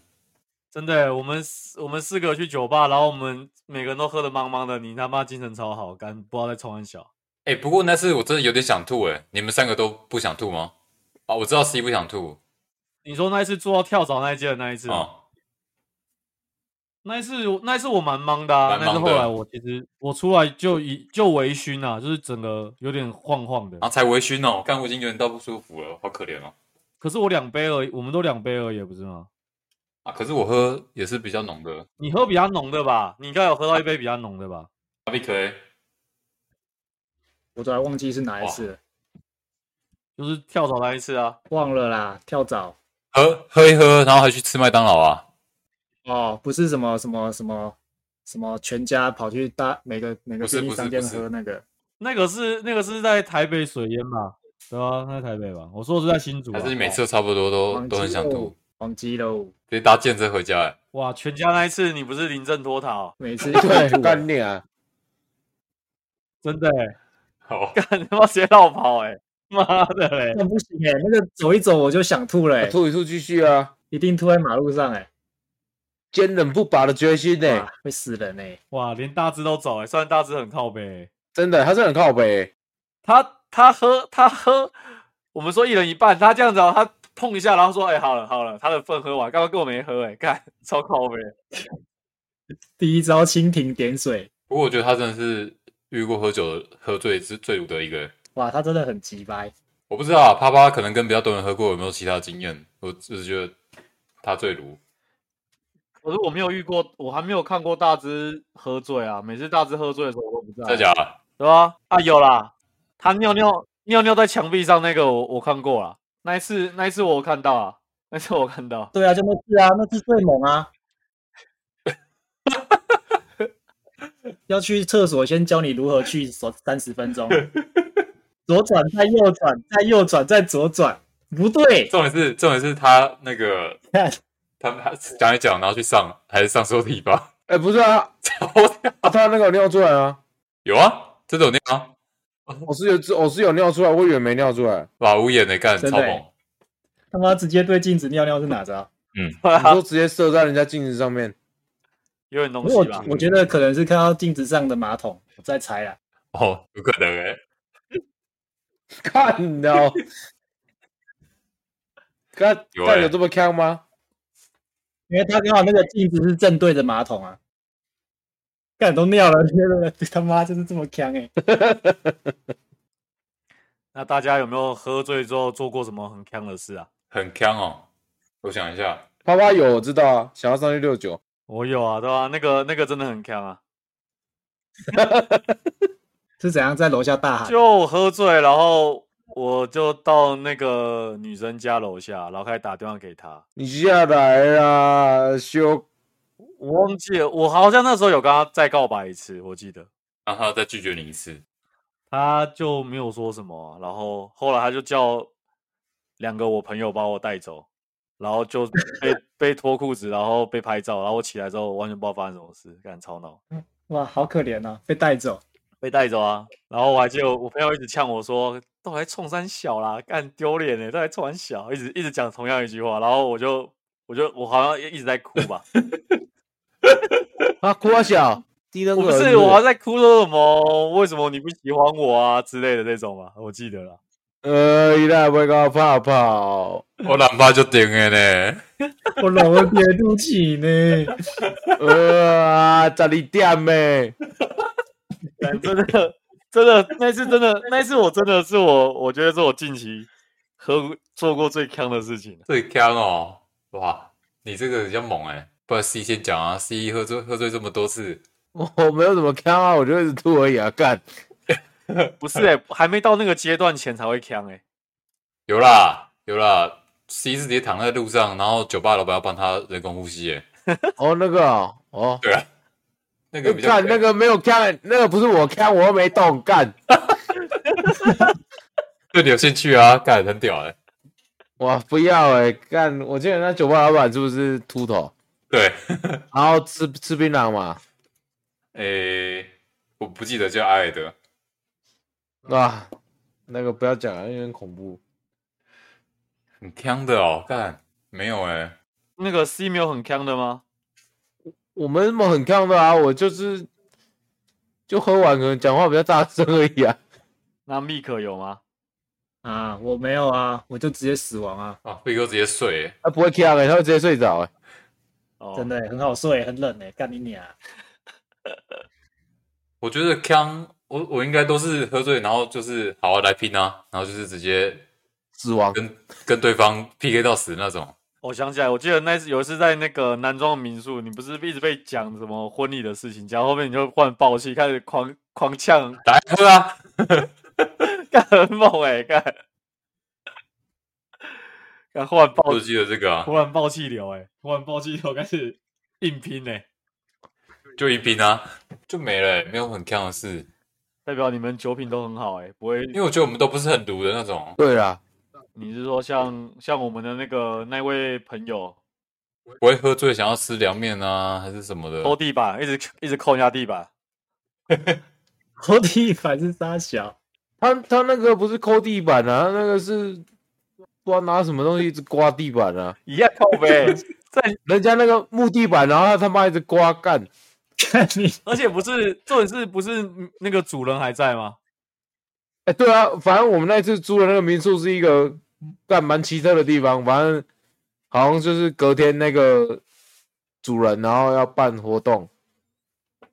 S5: 真的、欸，我们四我们四个去酒吧，然后我们每个人都喝的茫茫的，你他妈精神超好，干不知道在冲安小。
S1: 哎、不过那次我真的有点想吐哎、你们三个都不想吐吗？啊，我知道 C 不想吐
S5: 你说那一次做到跳蚤那一届的那一次，啊
S4: 啊
S1: 哦，
S5: 那一次那一次我蛮懵的、啊，
S1: 蛮
S5: 那一次
S1: 懵
S5: 后
S1: 的
S5: 来我其实我出来就一就微醺啊，就是整个有点晃晃的
S1: 然。后才微醺哦，看我已经有点到不舒服了，好可怜哦。
S5: 可是我两杯而已，我们都两杯而已，不是吗？
S1: 啊，可是我喝也是比较浓的。啊
S5: 你喝比较浓的吧？你应该有喝到一杯比较浓的吧？
S1: 阿比可哎，
S3: 我都还忘记是哪一次了，
S5: 就是跳蚤那一次啊，
S3: 忘了啦。跳蚤
S1: 喝喝一喝，然后还去吃麦当劳啊？
S3: 哦，不是什么什么什么什么全家跑去大每个每个
S1: 不是
S3: 便利
S1: 不是
S3: 商店
S1: 不是
S3: 喝那个，
S5: 那个是那个是在台北水淹吧？对啊，那在台北吧。我说的是在新竹、啊。
S1: 还是你每次都差不多都
S3: 忘
S1: 都很
S3: 记
S1: 想
S3: 喽
S1: 吐，，
S3: 忘记喽，
S1: 直接搭健车回家哎、
S5: 哇，全家那一次你不是临阵脱逃，
S3: 每次
S2: 对
S3: 一，吐
S2: 干你啊！
S5: 真的、欸，
S1: 好，
S5: 干他妈直接绕跑哎、 妈的嘞！
S3: 那不行哎、那个走一走我就想吐了、欸，
S2: 吐一吐继续啊！
S3: 一定吐在马路上哎、
S2: 坚韧不拔的决心
S4: 哎
S2: 呢、
S3: 欸哇会死人呢、欸
S5: 哇，连大只都走哎、欸，虽然大只很靠北、欸，
S2: 真的，他是很靠北、欸
S4: 他他喝他喝，我们说一人一半，他这样子、哦，他碰一下，然后说，哎、好了好了，他的份喝完，刚刚跟我没喝、哎，看超靠呗。
S3: 第一招蜻蜓点水，
S1: 不过我觉得他真的是遇过喝酒的喝醉之最毒的一个。
S3: 哇，他真的很急掰。
S1: 我不知道啊啪啪可能跟比较多人喝过，有没有其他经验？我只是觉得他最毒。
S4: 可是我没有遇过，我还没有看过大只喝醉啊。每次大只喝醉的时候，我都不
S3: 啊
S4: 在
S1: 真的，假的？
S4: 对吧、啊？有啦，他尿尿尿尿在墙壁上那个我，我看过啦。那一次，那一次我有看到啊，那次我有看到。
S3: 对啊，就那次啊，那次最 猛啊！要去厕所，先教你如何去走三十分钟，左转再右转，再右转再左转，不对，
S1: 重点是重点是他那个
S3: 看
S1: 他们还讲一讲，然后去上还是上抽屉吧？
S2: 哎、不是啊，
S1: 超
S2: 啊他那个有尿出来啊，
S1: 有啊，真的有那样啊，
S2: 我是有我是有尿出来，我以为没尿出来。
S1: 老无眼的干
S3: 真
S1: 超
S3: 的欸
S1: 猛，
S3: 他妈直接对镜子尿尿是哪招？
S2: 你说直接射在人家镜子上面，
S4: 啊 有点东
S3: 不过
S4: 西吧
S3: 我？我觉得可能是看到镜子上的马桶，我在猜啊。
S1: 哦，有可能哎、
S2: 看到、哦，看
S1: 有
S2: 看
S1: 欸
S2: 有这么看吗？
S3: 因为他刚好那个镜子是正对着马桶啊。干都尿了，觉得他妈就是这么强哎、
S4: 那大家有没有喝醉之后做过什么很坑的事啊？
S1: 很强哦。我想一下，
S2: 啪啪有我知道啊，想要上去六九，
S4: 我有啊，对吧、那个那个真的很坑啊，
S3: 是怎样在楼下大喊？
S4: 就我喝醉，然后我就到那个女生家楼下，然后开始打电话给她。
S2: 你下来啦，修
S4: 我忘记了，我好像那时候有跟她再告白一次，我记得。
S1: 然后他再拒绝你一次，
S4: 她就没有说什么啊、然后后来她就叫两个我朋友把我带走，然后就被 被脱裤子，然后被拍照，然后我起来之后完全不知道发生什么事，干超闹。
S3: 哇，好可怜哦，被带走。
S4: 被带走啊。然后我还记得我朋友一直呛我说：“都来冲山小啦，干丢脸欸呢，都来冲山小。”一直一直讲同样一句话，然后我就我就我好像一直在哭 吧，
S2: 啊，哭啊小，低能
S4: 我不
S2: 儿
S4: 是欸我还在哭说什么？为什么你不喜欢我啊之类的那种嘛，我记得了。
S2: 呃，一大不搞泡泡，
S1: 我懒怕就顶了呢。
S3: 我老了跌不起呢。
S2: 呃啊，十二点欸咩？
S4: 但真的真的那次真的那次我真的是我我觉得是我近期喝做过最坑的事情。
S1: 最强哦，哇，你这个比较猛哎、不然 C 先讲啊，C 喝醉喝醉这么多次，
S2: 我我没有怎么看啊，我就一直吐而已啊，干，
S4: 不是哎、还没到那个阶段前才会坑哎、
S1: 有啦有啦，C 是直接躺在路上，然后酒吧老板要帮他人工呼吸哎、
S2: 哦那个哦，哦，
S1: 对啊，那个比较欸
S2: 干那个没有看，那个不是我看，我又没动，干，
S1: 对你有兴趣啊，干很屌哎、
S2: 我不要哎、干，我记得那酒吧老板是不是秃头，
S1: 对，
S2: 然后吃吃槟榔嘛，
S1: 诶、我不记得叫阿尔德，
S2: 啊，那个不要讲了，有点恐怖，
S1: 很强的哦，干没有哎、
S4: 那个 C 没有很坑的吗？
S2: 我没什么很看的啊，我就是就喝完可能讲话比较大声而已啊。
S4: 那 m 可有吗？
S3: 啊，我没有啊，我就直接死亡啊，
S1: 啊，飞哥直接睡、欸，
S2: 他不会 K 啊，他会直接睡着哎、
S4: 哦，
S3: 真的、很好睡，很冷哎、干 你娘！
S1: 我觉得强，我我应该都是喝醉，然后就是好好来拼啊，然后就是直接
S2: 死亡
S1: 跟跟对方 PK 到死那种。
S4: 我想起来，我记得那次有一次在那个南庄民宿，你不是一直被讲什么婚礼的事情，讲到后面你就换暴气，开始狂狂呛，
S1: 来喝啊！
S4: 干很猛哎、欸，干，干忽
S1: 我
S4: 然暴
S1: 就记得这个啊，
S5: 突然爆气流哎、欸，突然爆气流开始硬拼
S4: 欸
S5: 哎、
S1: 就一瓶啊，就没了欸、没有很强的事，
S4: 代表你们酒品都很好哎、不会
S1: 因，为我觉得我们都不是很毒的那种。
S2: 对啦，
S4: 你是说像像我们的那个那位朋友
S1: 不会喝醉想要吃凉面啊，还是什么的。
S4: 抠地板，一直一直抠人家地板，
S3: 我地板是沙小，
S2: 他他那个不是抠地板啊，他那个是不知道拿什么东西一直刮地板啊。
S4: 一样抠呗，
S2: 人家那个木地板，然后他他妈一直刮干，
S3: 看你
S4: 而且不是重点是不是那个主人还在吗？
S2: 哎、对啊，反正我们那次租的那个民宿是一个干蛮奇特的地方，反正好像就是隔天那个主人，然后要办活动，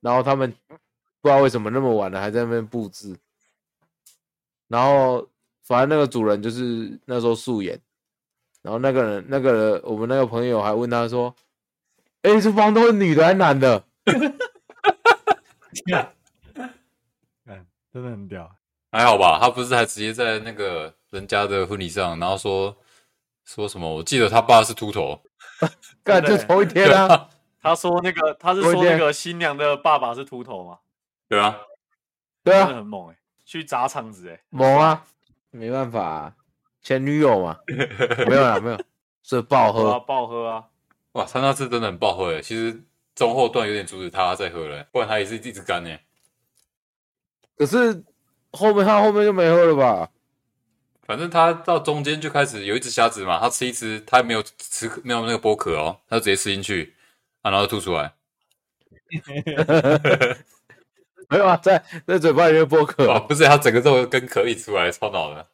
S2: 然后他们不知道为什么那么晚了还在那边布置，然后反正那个主人就是那时候素颜，然后那个人那个人我们那个朋友还问他说：“哎、这房东是女的还是男的？”
S5: 干真的很屌。
S1: 还好吧？他不是还直接在那个人家的婚礼上，然后说说什么？我记得他爸是秃头，
S2: 干就
S4: 对
S2: 头一天啊。
S4: 他说那个他是
S2: 我
S4: 说
S2: 觉
S4: 那
S2: 得
S4: 个新娘的爸爸是秃头嘛，
S1: 对啊，
S2: 对
S4: 真
S2: 啊
S4: 的，很猛哎、去砸场子哎、
S2: 猛啊，没办法、啊，前女友 嘛，没有啦，没有，是爆
S4: 欸，啊
S2: 喝，
S4: 爆喝啊！
S1: 哇，他那次真的很爆喝诶。其实中后段有点阻止他再喝了，不然他也是一直干欸诶。
S2: 可是后面他后面就没喝了吧？
S1: 反正他到中间就开始有一只虾子嘛，他吃一只，他没有吃没有那个剥壳哦，他就直接吃进去啊，然后就吐出来。
S2: 没有啊，在在嘴巴里面剥壳、
S1: 哦，不是，他整个肉跟壳一起出来，超脑的。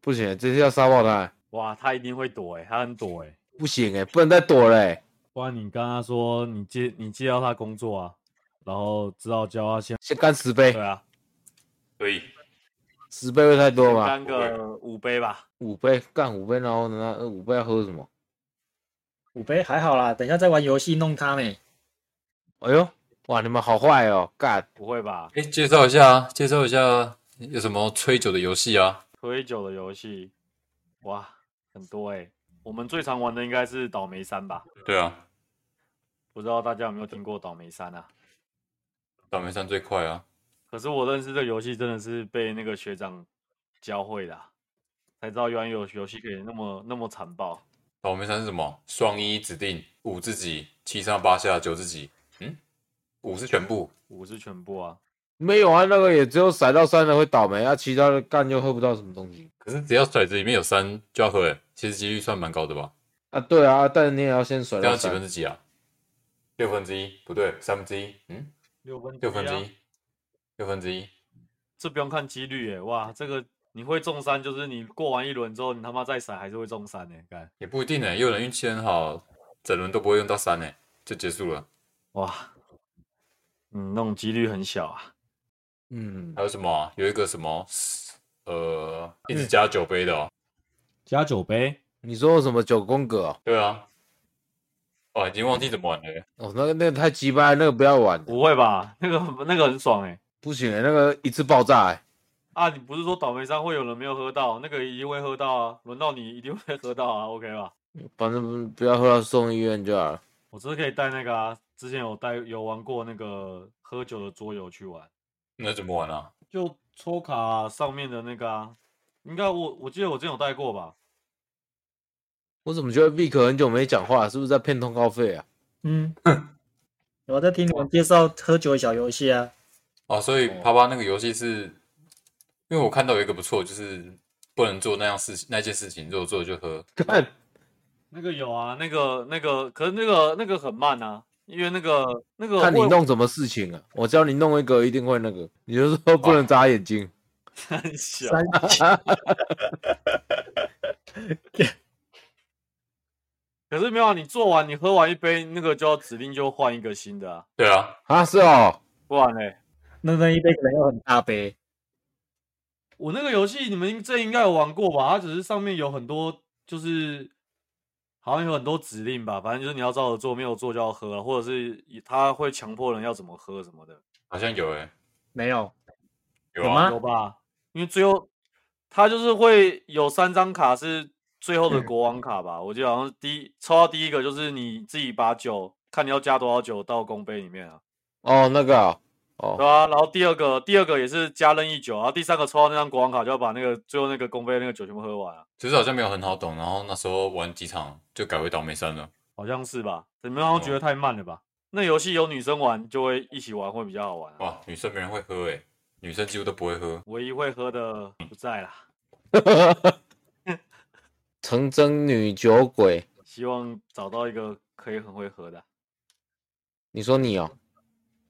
S2: 不行，这是要杀爆他，
S4: 哇，他一定会躲哎、他很躲哎、
S2: 不行哎、不能再躲嘞、
S5: 不然欸你跟他说你介你介绍他工作啊，然后只好教他先
S2: 先干十杯
S4: 对，啊，
S1: 所以
S2: 十杯会太多吗？
S4: 干个五杯吧，
S2: 五杯干五杯，然后呢，那五杯要喝什么？
S3: 五杯还好啦，等一下再玩游戏弄他呢。
S2: 哎呦，哇，你们好坏哦，干，
S4: 不会吧？
S1: 哎，介绍一下啊，介绍一下有什么吹酒的游戏啊？
S4: 喝酒的游戏，哇，很多哎、我们最常玩的应该是倒霉三吧？
S1: 对啊，
S4: 不知道大家有没有听过倒霉三啊？
S1: 倒霉山最快啊。
S4: 可是我认识这个游戏真的是被那个学长教会的啊、才知道原来有游戏可以那么那么残暴。
S1: 倒霉山是什么？双一指定，五自己，七上八下，九自己。嗯，五是全部。
S4: 五是全部啊，
S2: 没有啊，那个也只有甩到三的会倒霉啊，其他的干就喝不到什么东西
S1: 可是只要骰子里面有三就要喝诶，其实几率算蛮高的吧？
S2: 啊。对啊，但是你也要先甩
S1: 这
S2: 到
S1: 样几
S2: 三
S1: 分。之几啊？六分之一？不对，三分之一？嗯，
S5: 六分
S1: 六分之
S5: 啊
S1: 一，六分之一。
S4: 这不用看几率耶、哇，这个你会中三，就是你过完一轮之后，你他妈再闪还是会中三呢、干
S1: 也不一定呢、也有人运气很好，整轮都不会用到三呢、就结束了。
S4: 哇，嗯，那种几率很小啊。
S2: 嗯
S1: 还，有什么啊、有一个什么，呃，一直加酒杯的哦。
S5: 加酒杯，
S2: 你说什么九宫格哦？
S1: 对啊，哇，已经忘记怎么玩了耶、
S2: 哦，那个那个太鸡巴了，那个不要玩，
S4: 不会吧？那个那个很爽哎、
S2: 不行、欸那个一次爆炸、欸，
S4: 啊，你不是说倒霉山会有人没有喝到？那个一定会喝到啊，轮到你一定会喝到啊，OK 吧？
S2: 反正不要喝到送医院就好了。
S4: 我只是可以带那个啊，之前有带有玩过那个喝酒的桌游去玩，
S1: 那怎么玩啊？
S4: 就抽卡、上面的那个啊，应该我我记得我之前有带过吧？
S2: 我怎么觉得 Vic 很久没讲话，是不是在骗通告费啊？
S3: 嗯， 我在听你们介绍喝酒的小游戏啊。
S1: 哦，所以啪啪那个游戏是，因为我看到有一个不错，就是不能做那样事情，那件事情，如果做了就喝。
S2: 看，
S4: 那个有啊，那个那个，可是那个那个很慢啊，因为那个那个
S2: 看你
S4: 哦我
S2: 弄什么事情啊！我教你弄一个，一定会那个。你就说不能眨眼睛，
S4: 很小，
S3: 三
S4: 可是没有、啊、你做完你喝完一杯，那个就要指定就换一个新的啊，
S1: 对啊，
S2: 啊，是哦，
S4: 不然嘞，
S3: 那那一杯可能要很大杯，
S4: 我那个游戏你们这应该有玩过吧？它只是上面有很多，就是好像有很多指令吧，反正就是你要照着做，没有做就要喝，啊或者是他会强迫人要怎么喝什么的，
S1: 好像有诶、
S3: 没有
S1: 有
S3: 有
S1: 啊
S3: 吗，
S4: 有吧？因为最后他就是会有三张卡是最后的国王卡吧，我记得好像是第一抽到第一个就是你自己把酒看你要加多少酒到公杯里面啊，
S2: 哦，那个哦，
S4: 对
S2: 哦，
S4: 啊，然后第二个第二个也是加任意酒，然后第三个抽到那张国王卡就要把那个最后那个公杯那个酒全部喝完啊。
S1: 其实好像没有很好懂，然后那时候玩几场就改回倒霉山了。
S4: 好像是吧？你们好像觉
S2: 哦
S4: 得太慢了吧？那游戏有女生玩就会一起玩，会比较好玩、啊。
S1: 哇，女生没人会喝诶、女生几乎都不会喝。
S4: 唯一会喝的
S2: 嗯
S4: 不在啦，
S2: 成真女酒鬼，
S4: 希望找到一个可以很会喝的啊。
S2: 你说你哦，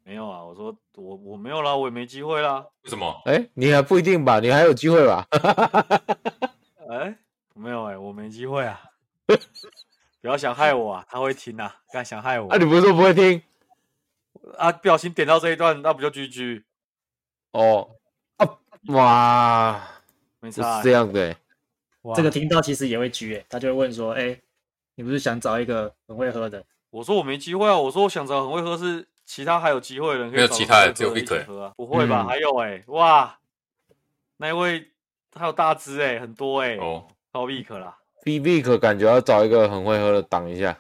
S4: 没有啊，我说我我没有啦，我也没机会啦。
S1: 为什么？
S2: 哎，你还不一定吧，你还有机会吧？
S4: 哎、没有哎、我没机 会啊。不要想害我啊，他会听啊，敢想害我
S2: 啊，你不是说不会听
S4: 啊？不小心点到这一段，那不就 GG？
S2: 哦？啊，哇，
S4: 没
S2: 不
S4: 差啊、
S2: 是这样的欸，
S5: 哇
S3: 这个听到其实也会狙、欸，他就会问说：“哎、你不是想找一个很会喝的
S4: 我说我没机会啊，我说我想找很会喝是其他还有机会的人可以
S1: 没有
S4: 找
S1: 其
S4: 个
S1: 他
S4: 很
S1: 的
S4: 会
S1: 只有
S4: 喝的一起
S1: Victor
S4: 喝啊不会吧？
S2: 嗯
S4: 还有哎、哇，那一位还有大只哎、很多哎、
S1: 哦，
S4: 超 v i c 啦，
S2: B B 可感觉要找一个很会喝的挡一下，？”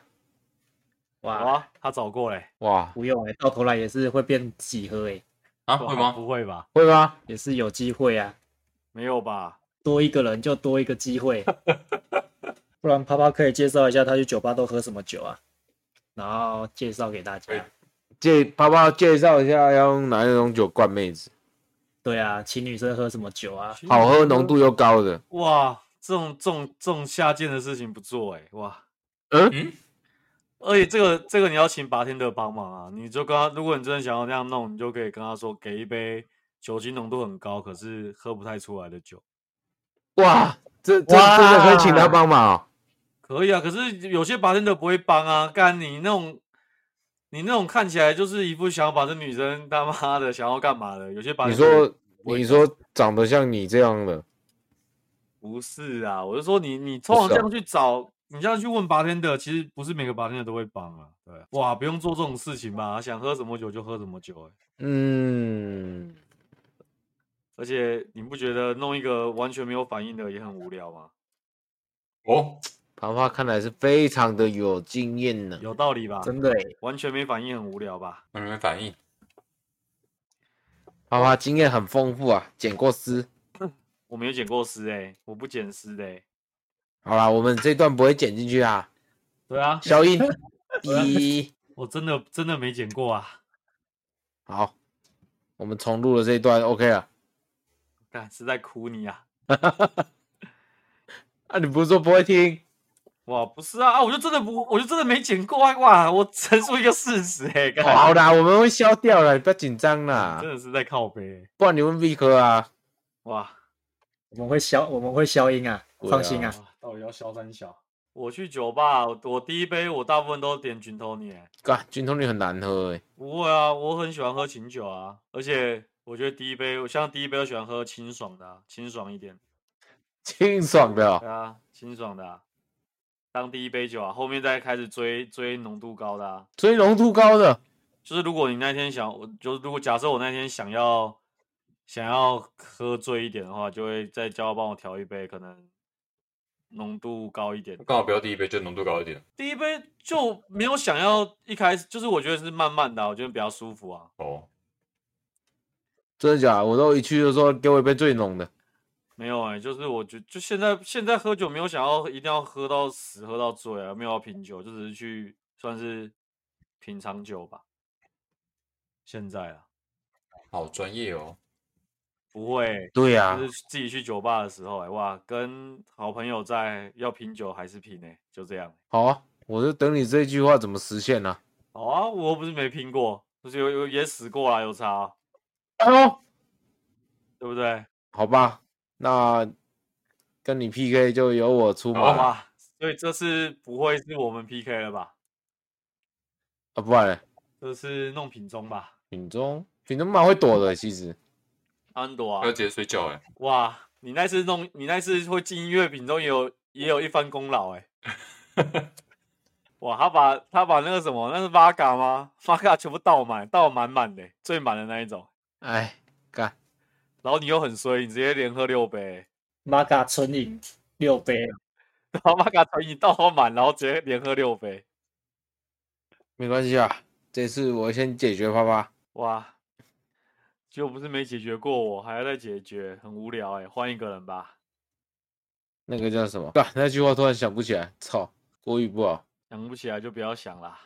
S3: 哇，
S4: 哇，他找过嘞、
S2: 哇，
S3: 不用哎、到头来也是会变几喝哎、
S1: 啊，
S4: 哇
S1: 会吗？
S4: 不会吧？
S2: 会吗？
S3: 也是有机会啊，
S4: 没有吧？
S3: 多一个人就多一个机会。不然啪啪可以介绍一下他去酒吧都喝什么酒啊，然后介绍给大家
S1: 哎。
S2: 介爸爸介绍一下要用哪一种酒灌妹子，
S3: 对啊，请女生喝什么酒啊？
S2: 好喝、浓度又高的。
S4: 哇，这种这种这种下贱的事情不做哎、哇，
S2: 嗯
S1: 嗯，
S4: 而且这个这个你要请白天的帮忙啊，你就跟他，如果你真的想要那样弄，你就可以跟他说给一杯酒精浓度很高，可是喝不太出来的酒。
S2: 哇，这这
S3: 哇
S2: 真的可以请他帮忙哦、
S4: 可以啊，可是有些 bartender 不会帮啊，干你那种，你那种看起来就是一副想要把这女生他妈的想要干嘛的，有些 bartender
S2: 你说
S4: 不会
S2: 你说长得像你这样的，
S4: 不是啊，我是说你你通常这样去找，你这样去问 bartender，其实不是每个 bartender 都会帮啊，对，哇，不用做这种事情吧，想喝什么酒就喝什么酒、欸，
S2: 嗯，
S4: 而且你不觉得弄一个完全没有反应的也很无聊吗？
S1: 哦，
S2: 啪啪看来是非常的有经验呢。
S4: 有道理吧？
S3: 真的哎、
S4: 完全没反应很无聊吧？
S1: 那你们反应
S2: 啪啪经验很丰富啊，剪过丝。
S4: 我没有剪过丝哎、欸，我不剪丝的、欸，
S2: 好啦，我们这段不会剪进去啊，
S4: 对啊，
S2: 消 音。一，
S4: 我真的真的没剪过啊。
S2: 好，我们重录了这一段，OK 啊了。
S4: 干是在哭你啊！
S2: 啊，你不是说不会听？
S4: 哇，不是啊，啊我就真的不，我就真的没剪过啊！哇，我陈述一个事实哎、欸，干
S2: 哦好啦，我们会消掉了，你不要紧张啦
S4: 真。的是在靠背、欸。
S2: 不然你问 V 哥啊。
S4: 哇，
S3: 我们会消我们会消音啊，
S2: 对啊
S3: 放心啊。
S5: 到底要消三小？
S4: 我去酒吧，我我第一杯我大部分都点 gin tonic，欸、
S2: 干，军通力很难喝欸诶、
S4: 不会啊，我很喜欢喝琴酒啊，而且我觉得第一杯，我像第一杯我喜欢喝清爽的啊、清爽一点，
S2: 清爽的、哦。
S4: 对啊，清爽的啊、当第一杯酒啊，后面再开始追追浓度高的啊。
S2: 追浓度高的，
S4: 就是如果你那天想，我就是如果假设我那天想要想要喝醉一点的话，就会再叫他帮我调一杯，可能浓度高一点。
S1: 刚好不要第一杯就浓度高一点
S4: 第一杯就没有想要一开始，就是我觉得是慢慢的啊、我觉得比较舒服啊。
S1: 哦。
S2: 真的假的？我都一去就说给我一杯最浓的。
S4: 没有哎、就是我觉就现在现在喝酒没有想要一定要喝到死喝到醉啊，没有要品酒，就只是去算是品尝酒吧。现在啊，
S1: 好专业哦，
S4: 不会欸、
S2: 对呀、
S4: 就是自己去酒吧的时候、哎哇，跟好朋友在要品酒还是品呢、就这样。欸
S2: 好啊，我就等你这句话怎么实现呢、
S4: 好啊，我又不是没拼过，就是有有也死过啦，有差啊，
S2: 哦，
S4: 对不对？
S2: 好吧，那跟你 PK 就由我出马
S1: 好
S4: 好
S2: 啊
S1: 吧
S4: 吧，所以这次不会是我们 PK 了吧？
S2: 啊不然嘞
S4: 这次弄品中吧，
S2: 品中品中蛮会躲的，其实
S4: 安朵
S1: 要
S4: 啊，
S1: 直接睡觉哎。
S4: 哇，你那次弄，你那次会进音乐品中也有也有一番功劳哎、哇，他把他把那个什么，那是 v 嘎吗 v 嘎全部倒满，倒满满的、欸最满的那一种。
S2: 哎干
S4: 然后你又很衰，你直接连喝六杯，
S3: 玛卡纯饮六杯，啊
S4: 然后玛卡传你倒满，然后直接连喝六杯，
S2: 没关系啊，这次我先解决啪啪。
S4: 哇！就不是没解决过我，还要再解决，很无聊哎、换一个人吧。
S2: 那个叫什么？干那句话突然想不起来，操，国语不好，
S4: 想不起来就不要想啦，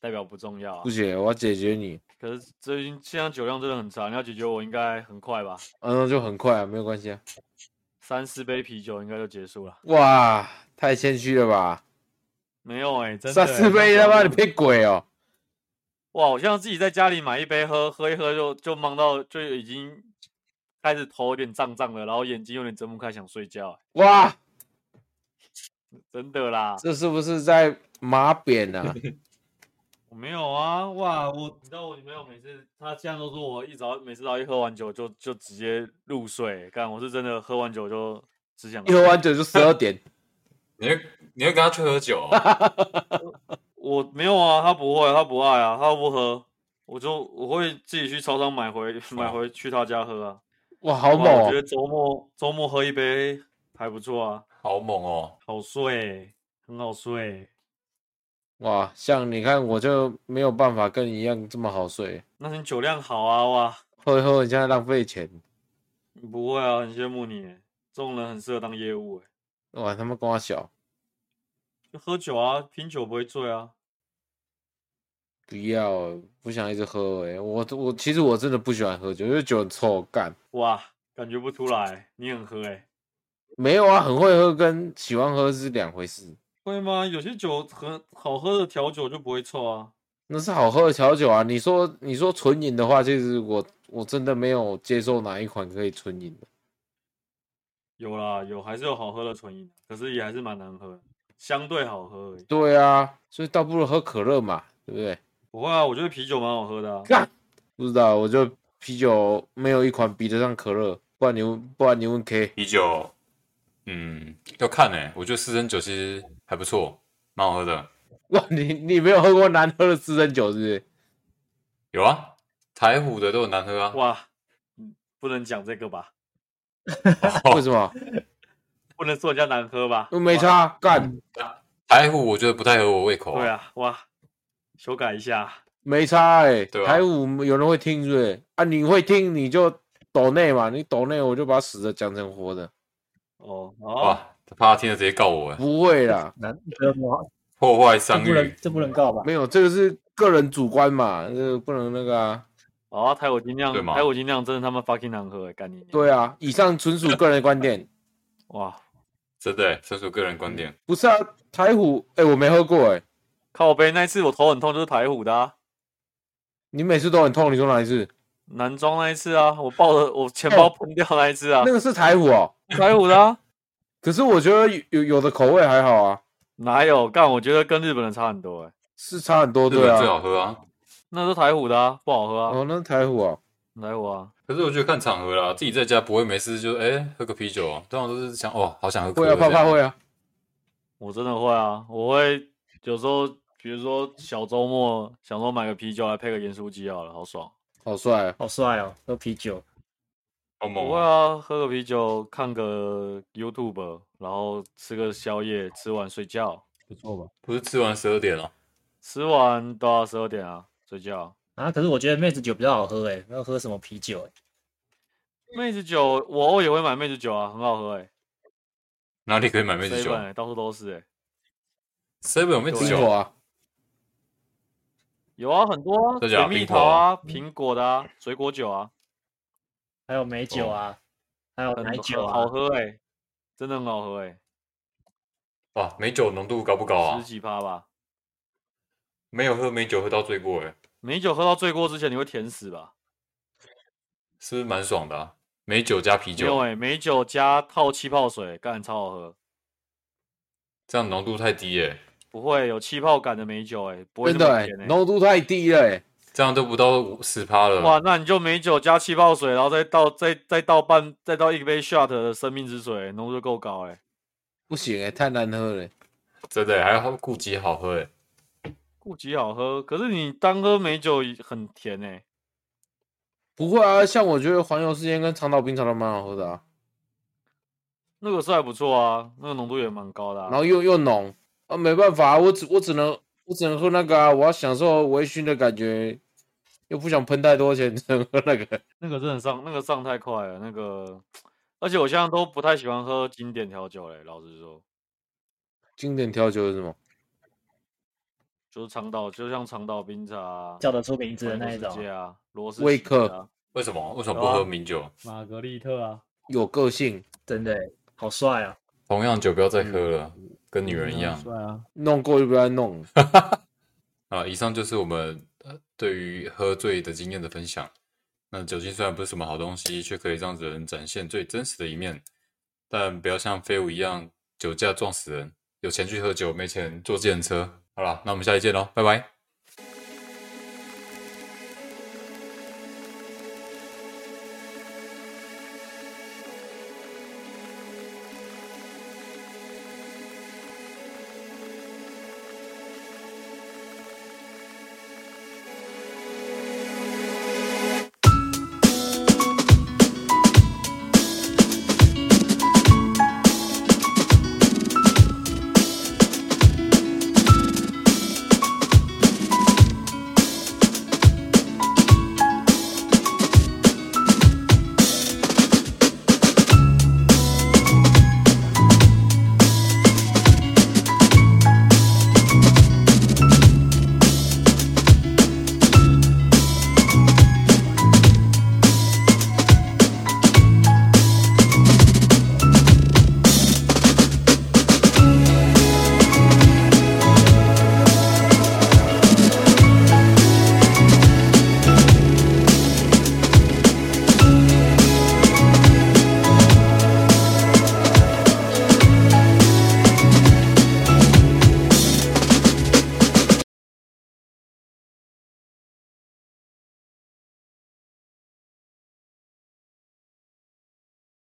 S4: 代表不重要、啊
S2: 不。行，我要解决你。
S4: 可是最近现在酒量真的很差，你要解决我应该很快吧，
S2: 嗯，那就很快啊，没有关系啊。
S4: 三四杯啤酒应该就结束了。
S2: 哇，太谦虚了吧？
S4: 没有哎、真的
S2: 三
S4: 欸
S2: 四杯他妈你骗鬼哦！
S4: 哇！我像自己在家里买一杯喝，喝一喝就就忙到就已经开始头有点胀胀的，然后眼睛有点睁不开，想睡觉欸、
S2: 哇，
S4: 真的啦，
S2: 这是不是在马扁 啊？
S4: 我没有啊，哇！我你知道我女朋友每次她现在都说我一早每次到一喝完酒就就直接入睡，干我是真的喝完酒就只想
S2: 一喝完酒就十二点，
S1: 你会你会跟他去喝酒哦、
S4: 我没有啊，他不会，他不爱啊，他不喝，我就我会自己去超商买 回买回去他家喝啊。
S2: 哇，好
S4: 哇
S2: 猛
S4: 我觉
S2: 哦！
S4: 得周末周末喝一杯还不错啊，
S1: 好猛哦！
S4: 好睡，很好睡。
S2: 哇，像你看我就没有办法跟你一样这么好睡，
S4: 那你酒量好啊，哇！
S2: 喝一喝你现在浪费钱，
S4: 你不会啊，很羡慕你耶，这种人很适合当业务哎，
S2: 哇，他妈跟我小，
S4: 就喝酒啊，拼酒不会醉啊。
S2: 不要，不想一直喝哎、我我其实我真的不喜欢喝酒，因为酒很臭，干
S4: 哇，感觉不出来，你很喝哎、
S2: 没有啊，很会喝跟喜欢喝是两回事，
S4: 会吗？有些酒很好喝的调酒就不会臭啊。
S2: 那是好喝的调酒啊。你说你说纯饮的话，其实我我真的没有接受哪一款可以纯饮的。
S4: 有啦，有还是有好喝的纯饮，啊可是也还是蛮难喝的，相对好喝而已。
S2: 对啊，所以倒不如喝可乐嘛，对不对？
S4: 不会啊，我觉得啤酒蛮好喝的啊。
S2: 干，不知道，我就啤酒没有一款比得上可乐，不然你问不然你问 K，
S1: 啤酒，嗯，要看呢、我觉得四升酒其实还不错，蛮好喝的。
S2: 哇，你你没有喝过难喝的四升酒是不是？
S1: 有啊，台虎的都很难喝啊。
S4: 哇，嗯不能讲这个吧？
S2: 为什么？
S4: 不能说人家难喝吧？
S2: 又没差，
S1: 嗯
S2: 干
S1: 台虎我觉得不太合我胃口、
S4: 对，啊，哇，修改一下。
S2: 没差哎、
S1: 对啊
S2: 台舞有人会听是不是？啊，你会听你就抖内嘛，你抖内我就把死的讲成活的，
S4: 哦
S1: 哇
S4: 哦，，
S1: 他怕他听了直接告我、欸，
S2: 不会啦，
S3: 难得我
S1: 破坏
S3: 这
S1: 商
S3: 不能
S1: 誉。
S3: 这不能告吧？
S2: 没有，这个是个人主观嘛，这个不能那个啊。
S4: 哦，台火精酿
S1: 对，嘛
S4: 台火精酿真的他妈 fucking 难喝欸，干你娘！
S2: 对啊，以上纯属个人观点，
S4: 哇，
S1: 真的、欸，纯属个人观点。
S2: 不是啊。台虎，哎、我没喝过哎、
S4: 靠背那一次我头很痛，就是台虎的、啊。
S2: 你每次都很痛，你说哪一次？
S4: 男装那一次啊，我抱着我钱包喷掉那一次啊，
S2: 那个是台虎哦，
S4: 台虎的、啊、
S2: 可是我觉得有有有的口味还好啊，
S4: 哪有干？我觉得跟日本的差很多哎、
S2: 是差很多，
S1: 日
S2: 对
S1: 本最好
S2: 啊。
S1: 喝啊，
S4: 那是台虎的、啊，不好喝啊，
S2: 哦，那是台虎哦，
S4: 台虎啊，
S1: 可是我觉得看场合啦，自己在家不会没事就哎、喝个啤酒、啊，通常都是想哦好想喝可
S2: 会
S1: 乐
S2: 啊，
S1: 这样。
S2: 怕怕会啊。
S4: 我真的会啊，我会有时候比如说小周末想说买个啤酒来配个盐酥鸡好了，好爽。
S2: 好帅、啊，
S3: 好帅哦，喝啤酒，
S1: 好猛哦、
S4: 我会啊，喝个啤酒，看个 YouTube，然后吃个宵夜，吃完睡觉，
S5: 不错吧？
S1: 不是吃完十二点哦了、
S4: 吃完都要十二点啊，睡觉。
S3: 啊，可是我觉得妹子酒比较好喝哎，要喝什么啤酒哎？
S4: 妹子酒，我偶尔也会买妹子酒啊，很好喝哎、
S1: 哪里可以买妹
S4: 欸，
S1: 子酒
S4: 本、欸、到处都是哎、
S1: ？seven 有妹子
S4: 对
S2: 苹
S1: 酒
S2: 果
S1: 啊，
S2: 啊，
S4: 有啊，很多啊
S1: 真假
S4: 水
S1: 的
S4: 蜜
S1: 苹
S4: 桃啊、苹果的啊、水果酒啊，
S3: 还有美酒啊，还有
S4: 哦很
S3: 奶酒
S4: 很好
S3: 啊，
S4: 喝哎、真的很好喝哎、
S1: 哇，美酒浓度高不高
S4: 十
S1: 啊？
S4: 几趴吧。
S1: 没有喝美酒喝到醉过哎、
S4: 美酒喝到醉过之前，你会甜死吧？
S1: 是不是蛮爽的、啊？美酒加啤
S4: 没有
S1: 酒，
S4: 哎、美酒加泡气泡水，干超好喝，
S1: 这样浓度太低哎、
S4: 不会有气泡感的美酒哎、
S1: 啊
S4: 不会
S2: 真
S4: 那
S2: 的
S4: 么
S2: 哎、
S4: 甜哎、
S2: 浓度太低了哎、
S1: 这样都不到十趴了。
S4: 哇，那你就美酒加气泡水，然后再倒再再倒半再倒一杯 shot 的生命之水，浓度就够高哎、
S2: 不行哎、太难喝了欸、
S1: 真的、欸、还要顾及好喝哎、
S4: 顾及好喝，可是你单喝美酒很甜哎、
S2: 不会啊，像我觉得环游世界跟长岛冰茶都蛮好喝的啊，
S4: 那个是还不错啊，那个浓度也蛮高的、啊。
S2: 然后又又浓啊，没办法啊、我只我只能我只能喝那个啊，我要享受微醺的感觉，又不想喷太多钱，只能喝那个。
S4: 那个真的上那个上太快了，那个，而且我现在都不太喜欢喝经典调酒嘞，老实说，
S2: 经典调酒是什么？
S4: 就是长岛，就像长岛冰茶、啊、
S3: 叫得出名字的那一
S4: 环游世界
S3: 种。
S4: 啊，罗斯
S2: 威
S4: 奇
S2: 克
S4: 啊，
S1: 为什么？为什么不喝名酒？
S5: 玛格丽特啊，
S2: 有个性，
S3: 真的欸，好帅啊！
S1: 哦，同样酒不要再喝了，
S2: 嗯
S1: 跟女人一样
S5: 帅啊，
S2: 弄过就不要再弄了。
S1: 啊。以上就是我们呃对于喝醉的经验的分享。那酒精虽然不是什么好东西，却可以让人展现最真实的一面。但不要像废物一样酒驾撞死人，有钱去喝酒，没钱坐计程车。好了，那我们下期见喽，拜拜。